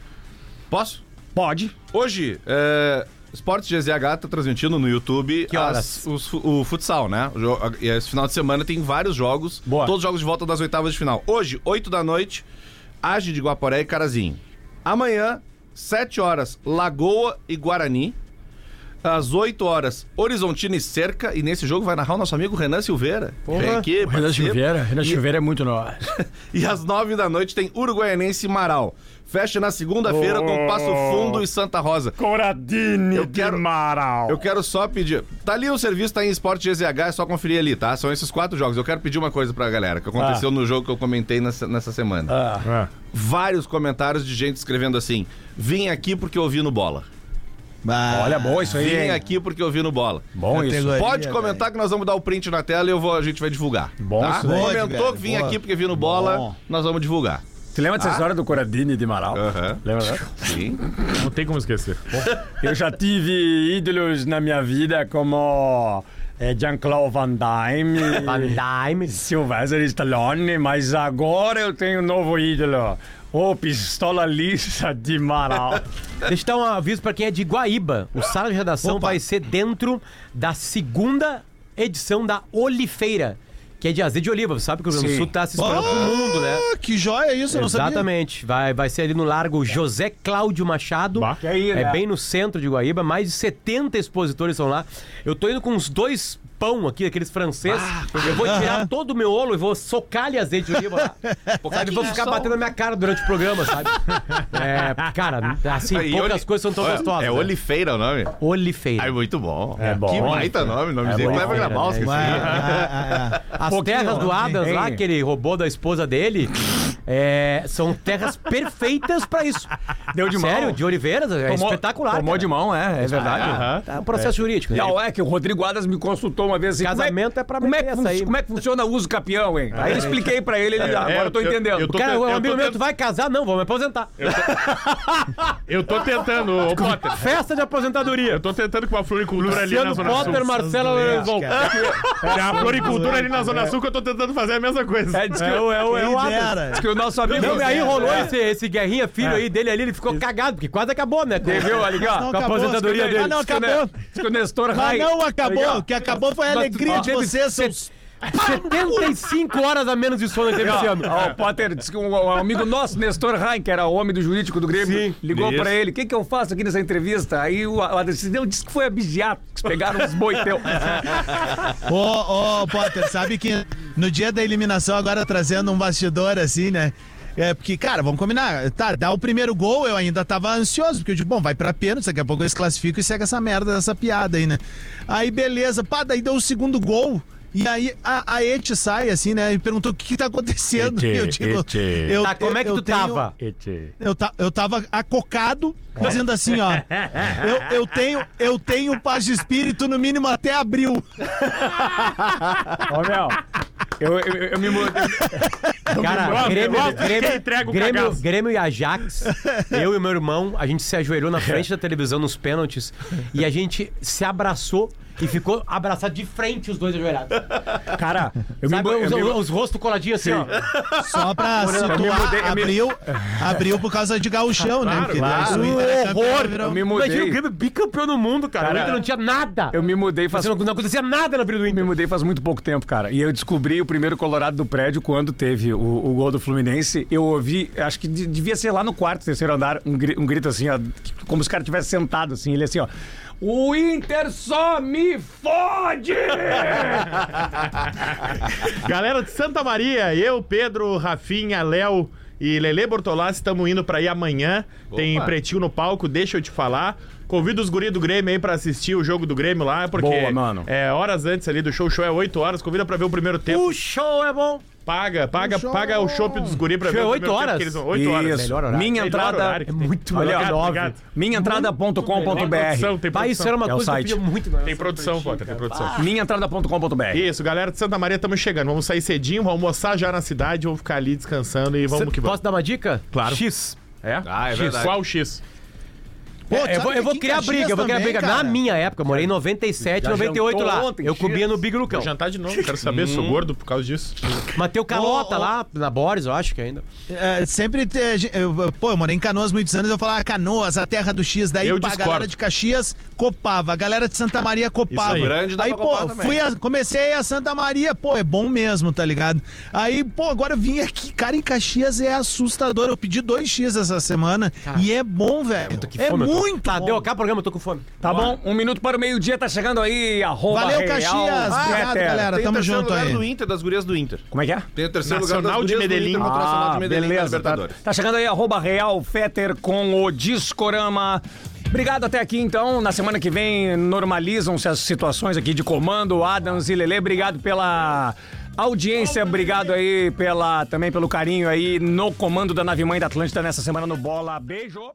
Speaker 3: Posso?
Speaker 2: Pode.
Speaker 3: Hoje, é, Esporte GZH tá transmitindo no YouTube
Speaker 5: Que horas?
Speaker 3: as- os fu- o futsal, né? O jo- a- e Esse final de semana tem vários jogos,
Speaker 2: Boa.
Speaker 3: todos os jogos de volta das oitavas de final. Hoje, 8 da noite, Age de Guaporé e Carazinho. Amanhã, 7 horas, Lagoa e Guarani. Às 8 horas, Horizontina e Cerca. E nesse jogo vai narrar o nosso amigo Renan Silveira. Vem aqui,
Speaker 8: O Renan
Speaker 3: participa.
Speaker 8: Silveira, Renan
Speaker 3: E-
Speaker 8: Silveira é muito nós.
Speaker 3: E às nove da noite tem Uruguaianense e Marau. Fecha na segunda-feira com Passo Fundo e Santa Rosa.
Speaker 2: Coradini
Speaker 3: Eu quero- de
Speaker 2: Amaral.
Speaker 3: Eu quero só pedir. Tá ali o serviço, tá em Esporte GZH, é só conferir ali, tá? São esses quatro jogos. Eu quero pedir uma coisa pra galera, que aconteceu no jogo que eu comentei nessa, nessa semana.
Speaker 4: Ah.
Speaker 3: Vários comentários de gente escrevendo assim: vim aqui porque eu vi no bola.
Speaker 6: Bah,
Speaker 2: Olha, bom isso aí.
Speaker 3: Vim
Speaker 2: hein?
Speaker 3: aqui porque eu vi no bola.
Speaker 2: Bom isso.
Speaker 6: categoria,
Speaker 3: Pode comentar que nós vamos dar o print na tela e eu vou, a gente vai divulgar.
Speaker 2: Bom
Speaker 3: tá?
Speaker 2: isso
Speaker 6: daí.
Speaker 3: Comentou
Speaker 6: Boa,
Speaker 3: que vim
Speaker 6: boa.
Speaker 3: aqui porque vi no bola,
Speaker 6: Bom.
Speaker 3: nós vamos divulgar.
Speaker 2: Tu lembra dessa
Speaker 5: Ah.
Speaker 2: história do Coradini de Amaral?
Speaker 3: Aham.
Speaker 2: Lembra? né?
Speaker 3: Sim.
Speaker 4: Não tem como esquecer.
Speaker 2: Eu já tive ídolos na minha vida como é Jean-Claude Van Damme.
Speaker 5: Van Damme.
Speaker 2: Sylvester Stallone, mas agora eu tenho um novo ídolo. O Pistola Lisa de Marau.
Speaker 5: Deixa eu dar um aviso pra quem é de Guaíba. O Sala de Redação vai ser dentro da segunda edição da Olifeira, que é de azeite de oliva. Você sabe que o Rio Grande do
Speaker 2: Sim.
Speaker 5: Sul tá se espalhando pro mundo, né?
Speaker 6: Ah, que joia isso, eu não sabia.
Speaker 5: Exatamente. Vai, vai ser ali no Largo José Cláudio Machado.
Speaker 4: Bah.
Speaker 2: Que aí,
Speaker 5: é
Speaker 2: né?
Speaker 5: bem no centro de Guaíba. Mais de 70 expositores são lá. Eu tô indo com uns dois pão aqui, aqueles franceses. eu vou tirar todo o meu olho e vou socar ali azeite de oliva lá. Sabe, vou ficar batendo na minha cara durante o programa, sabe? É, cara, assim,
Speaker 3: Aí,
Speaker 5: poucas
Speaker 3: Oli-
Speaker 5: coisas são tão
Speaker 3: Olha,
Speaker 5: gostosas.
Speaker 3: É
Speaker 5: né?
Speaker 3: Olifeira o nome?
Speaker 5: Olifeira.
Speaker 3: Ai, muito bom.
Speaker 2: É bom.
Speaker 3: Que baita nome,
Speaker 5: É
Speaker 3: nomezinho que leva
Speaker 5: Olifeira,
Speaker 3: gravar,
Speaker 5: né?
Speaker 6: Ah,
Speaker 3: esqueci.
Speaker 6: ah, ah, ah.
Speaker 5: As
Speaker 2: Pouquinho,
Speaker 5: terras do
Speaker 2: né?
Speaker 5: Adams lá,
Speaker 2: Hein?
Speaker 5: que ele roubou da esposa dele, é, são terras perfeitas pra isso.
Speaker 2: Deu de mão.
Speaker 5: Sério, de Oliveiras, é espetacular.
Speaker 2: Tomou
Speaker 5: cara. Ah,
Speaker 2: de mão, é, é verdade.
Speaker 4: Aham.
Speaker 5: É um processo jurídico.
Speaker 2: E
Speaker 5: né?
Speaker 2: a é que o Rodrigo Adas me consultou uma vez assim, como
Speaker 5: Casamento é pra
Speaker 2: como é, que
Speaker 5: meter essa
Speaker 2: fun-
Speaker 5: aí.
Speaker 2: como é que funciona o uso capião, hein? Aí eu expliquei pra ele, ele agora
Speaker 4: é,
Speaker 2: eu tô
Speaker 4: eu-
Speaker 2: entendendo.
Speaker 4: eu tô-
Speaker 5: Cara,
Speaker 4: eu
Speaker 5: o um amigo
Speaker 4: tô
Speaker 5: meu,
Speaker 4: tendo-
Speaker 5: tu vai casar? Não, vou me aposentar.
Speaker 4: Eu tô tentando, ô Potter.
Speaker 5: Festa de aposentadoria.
Speaker 4: Eu tô tentando com uma floricultura ali na
Speaker 5: Luciano
Speaker 4: Zona Sul.
Speaker 5: Potter, Marcelo Lorenzon.
Speaker 4: Tem uma É floricultura ali na Zona Sul que eu tô tentando fazer a mesma coisa.
Speaker 2: É, diz que, o- é, o- é o
Speaker 6: Quem
Speaker 2: Adas.
Speaker 6: dera.
Speaker 2: Diz que o nosso amigo... É.
Speaker 5: Não, e aí rolou esse, esse guerrinha filho aí dele ali, ele ficou cagado, porque quase acabou, né? Com,
Speaker 2: Viu, ali, ó.
Speaker 6: Não
Speaker 5: com a
Speaker 6: acabou,
Speaker 5: aposentadoria
Speaker 6: escreve aí.
Speaker 5: dele.
Speaker 6: Ah, não,
Speaker 2: Diz que o Ne-
Speaker 6: acabou.
Speaker 2: Diz que o Nestor
Speaker 6: Mas
Speaker 2: Rai...
Speaker 6: não acabou. O que acabou foi a
Speaker 2: Mas tu-
Speaker 6: alegria de
Speaker 2: ó,
Speaker 6: vocês. Seus...
Speaker 5: é 75 horas a menos de sono ele teve esse ano.
Speaker 2: Ó, o Potter disse que um, um amigo nosso, Nestor Rain, que era o homem do jurídico do Grêmio, ligou pra ele: o que, que eu faço aqui nessa entrevista? Aí o Adas disse: não, disse que foi abjeato, que pegaram os boi teu.
Speaker 6: Ô, ô, Potter, sabe que no dia da eliminação, agora trazendo um bastidor assim, né? É, porque, cara, vamos combinar. Tá, dá o primeiro gol, eu ainda tava ansioso, porque eu digo, bom, vai pra pênalti, daqui a pouco eles classificam e segue essa merda dessa piada aí, né? Aí, beleza, pá, daí deu o segundo gol. E aí a, a Eti sai, assim, né? E perguntou o que, que tá acontecendo. E eu digo, eu-
Speaker 5: Tá, como é que
Speaker 6: eu
Speaker 5: tu
Speaker 6: tenho-
Speaker 5: tava?
Speaker 6: eu, ta, eu tava acocado, dizendo assim, ó. Eu, eu tenho, eu tenho paz de espírito no mínimo até abril.
Speaker 2: Ô, meu, eu, eu, eu me mudei.
Speaker 5: Cara,
Speaker 4: Ó,
Speaker 5: Grêmio,
Speaker 4: eu gosto de quem entrega
Speaker 5: Grêmio,
Speaker 4: o
Speaker 5: Grêmio,
Speaker 4: cagaço.
Speaker 5: Grêmio e Ajax, eu e meu irmão, a gente se ajoelhou na frente da televisão nos pênaltis e a gente se abraçou e ficou abraçado de frente os dois ajoelhados.
Speaker 2: Cara, eu me,
Speaker 5: Sabe,
Speaker 2: mu- eu
Speaker 5: os,
Speaker 2: me,
Speaker 5: os rostos coladinhos assim, ó.
Speaker 6: Só pra
Speaker 2: eu me mudei,
Speaker 6: situar,
Speaker 2: eu me-
Speaker 6: abriu, abriu por causa de gauchão, né? Porque
Speaker 4: claro.
Speaker 6: isso aí era campeão, virou-
Speaker 2: eu me
Speaker 5: um Imagina o
Speaker 2: mudei.
Speaker 5: Grêmio bicampeão no mundo, cara.
Speaker 2: Cara,
Speaker 5: o Inter não tinha nada.
Speaker 2: Eu me mudei faz
Speaker 5: Assim, não, não acontecia nada na vida do
Speaker 2: me
Speaker 5: Inter.
Speaker 2: mudei faz muito pouco tempo, cara. E eu descobri o primeiro Colorado do prédio quando teve o, o gol do Fluminense. Eu ouvi, acho que de- devia ser lá no quarto, terceiro andar, um, gri- um grito assim, ó, como se o cara tivesse sentado assim. Ele assim, ó. O Inter só me fode!
Speaker 4: Galera de Santa Maria, eu, Pedro, Rafinha, Léo e Lele Bortolassi estamos indo pra ir amanhã. Tem
Speaker 3: Opa.
Speaker 4: pretinho no palco, deixa eu te falar. Convido os guri do Grêmio aí pra assistir o jogo do Grêmio lá, porque
Speaker 2: Boa, mano.
Speaker 4: é horas antes ali do show, o show é 8 horas, convida pra ver o primeiro tempo.
Speaker 5: O show é bom.
Speaker 4: Paga, paga, paga o chopp dos guri pra
Speaker 5: Show
Speaker 4: ver
Speaker 5: é
Speaker 4: o
Speaker 5: oito
Speaker 4: primeiro
Speaker 5: horas?
Speaker 4: tempo que eles vão. 8 horas.
Speaker 2: Isso. Minha
Speaker 4: Melhor
Speaker 2: entrada.
Speaker 5: É
Speaker 4: horário que tem.
Speaker 2: Olha,
Speaker 4: Obrigado,
Speaker 2: ó,
Speaker 4: obrigado. Tem produção,
Speaker 2: Minhaentrada.com.br.
Speaker 4: tem
Speaker 5: Pai, isso
Speaker 4: produção.
Speaker 5: era uma
Speaker 2: É o
Speaker 5: coisa
Speaker 2: site.
Speaker 5: que eu pedia muito. Mas...
Speaker 4: Tem produção, Potter, tem produção.
Speaker 2: Minhaentrada.com.br.
Speaker 4: Isso, galera de Santa Maria, estamos chegando. Vamos sair cedinho, vamos almoçar já na cidade, vamos ficar ali descansando e vamos
Speaker 5: Cê-
Speaker 4: que vamos.
Speaker 5: Posso dar uma dica?
Speaker 4: Claro.
Speaker 5: X.
Speaker 4: É?
Speaker 3: Ah, é
Speaker 4: X.
Speaker 3: verdade.
Speaker 4: Qual o X?
Speaker 6: Pô,
Speaker 5: É, eu,
Speaker 6: sabe
Speaker 5: vou,
Speaker 6: que
Speaker 5: eu vou
Speaker 6: aqui em
Speaker 5: criar
Speaker 6: Caxias
Speaker 5: briga, eu vou criar
Speaker 6: também,
Speaker 5: briga. Na
Speaker 6: cara,
Speaker 5: minha época, eu morei em 97, 98 lá.
Speaker 2: jantou ontem,
Speaker 5: eu comia no Big
Speaker 4: Vou
Speaker 5: Lucão.
Speaker 4: jantar de novo, quero saber, sou gordo por causa disso.
Speaker 5: Mateu Calota
Speaker 6: Ô, ô.
Speaker 5: lá, na Boris, eu acho que ainda.
Speaker 6: é, sempre. te- eu, eu- pô, eu morei em Canoas muitos anos, eu falava Canoas, a terra do X. Daí
Speaker 4: Eu
Speaker 6: pá, a
Speaker 4: discordo.
Speaker 6: galera de Caxias copava, a galera de Santa Maria copava.
Speaker 4: Isso aí.
Speaker 3: Grande dá
Speaker 6: aí,
Speaker 3: pra
Speaker 6: pô,
Speaker 3: copar também.
Speaker 6: fui a- comecei a Santa Maria, pô, é bom mesmo, tá ligado? Aí, pô, agora eu vim aqui, cara, em Caxias é assustador. Eu pedi dois X essa semana e é bom, velho. É,
Speaker 5: fome eu tô.
Speaker 6: muito.
Speaker 5: Tá,
Speaker 6: bom.
Speaker 5: deu cá o programa, eu tô com fome.
Speaker 2: Tá bom? Um minuto para o meio-dia, tá chegando aí. Arroba
Speaker 6: Valeu,
Speaker 2: Real
Speaker 6: Caxias. Obrigado,
Speaker 2: Peter.
Speaker 6: galera.
Speaker 3: Tem o
Speaker 6: Tamo
Speaker 3: terceiro
Speaker 6: junto
Speaker 3: lugar
Speaker 6: aí.
Speaker 3: do Inter, das gurias do Inter.
Speaker 2: Como é que é?
Speaker 3: Tem o terceiro
Speaker 4: Nacional
Speaker 3: lugar das
Speaker 4: de
Speaker 3: gurias do
Speaker 4: Medellín.
Speaker 3: Inter contra o
Speaker 5: Ah,
Speaker 3: Nacional de Medellín na
Speaker 2: Ah, beleza. Tá,
Speaker 3: Libertadores.
Speaker 2: tá chegando aí, arroba Real Fetter com o Discorama. Obrigado até aqui, então. Na semana que vem normalizam-se as situações aqui de comando. Adams e Lele, obrigado pela audiência. Obrigado aí pela, também pelo carinho aí no comando da Nave Mãe da Atlântida nessa semana no Bola. Beijo!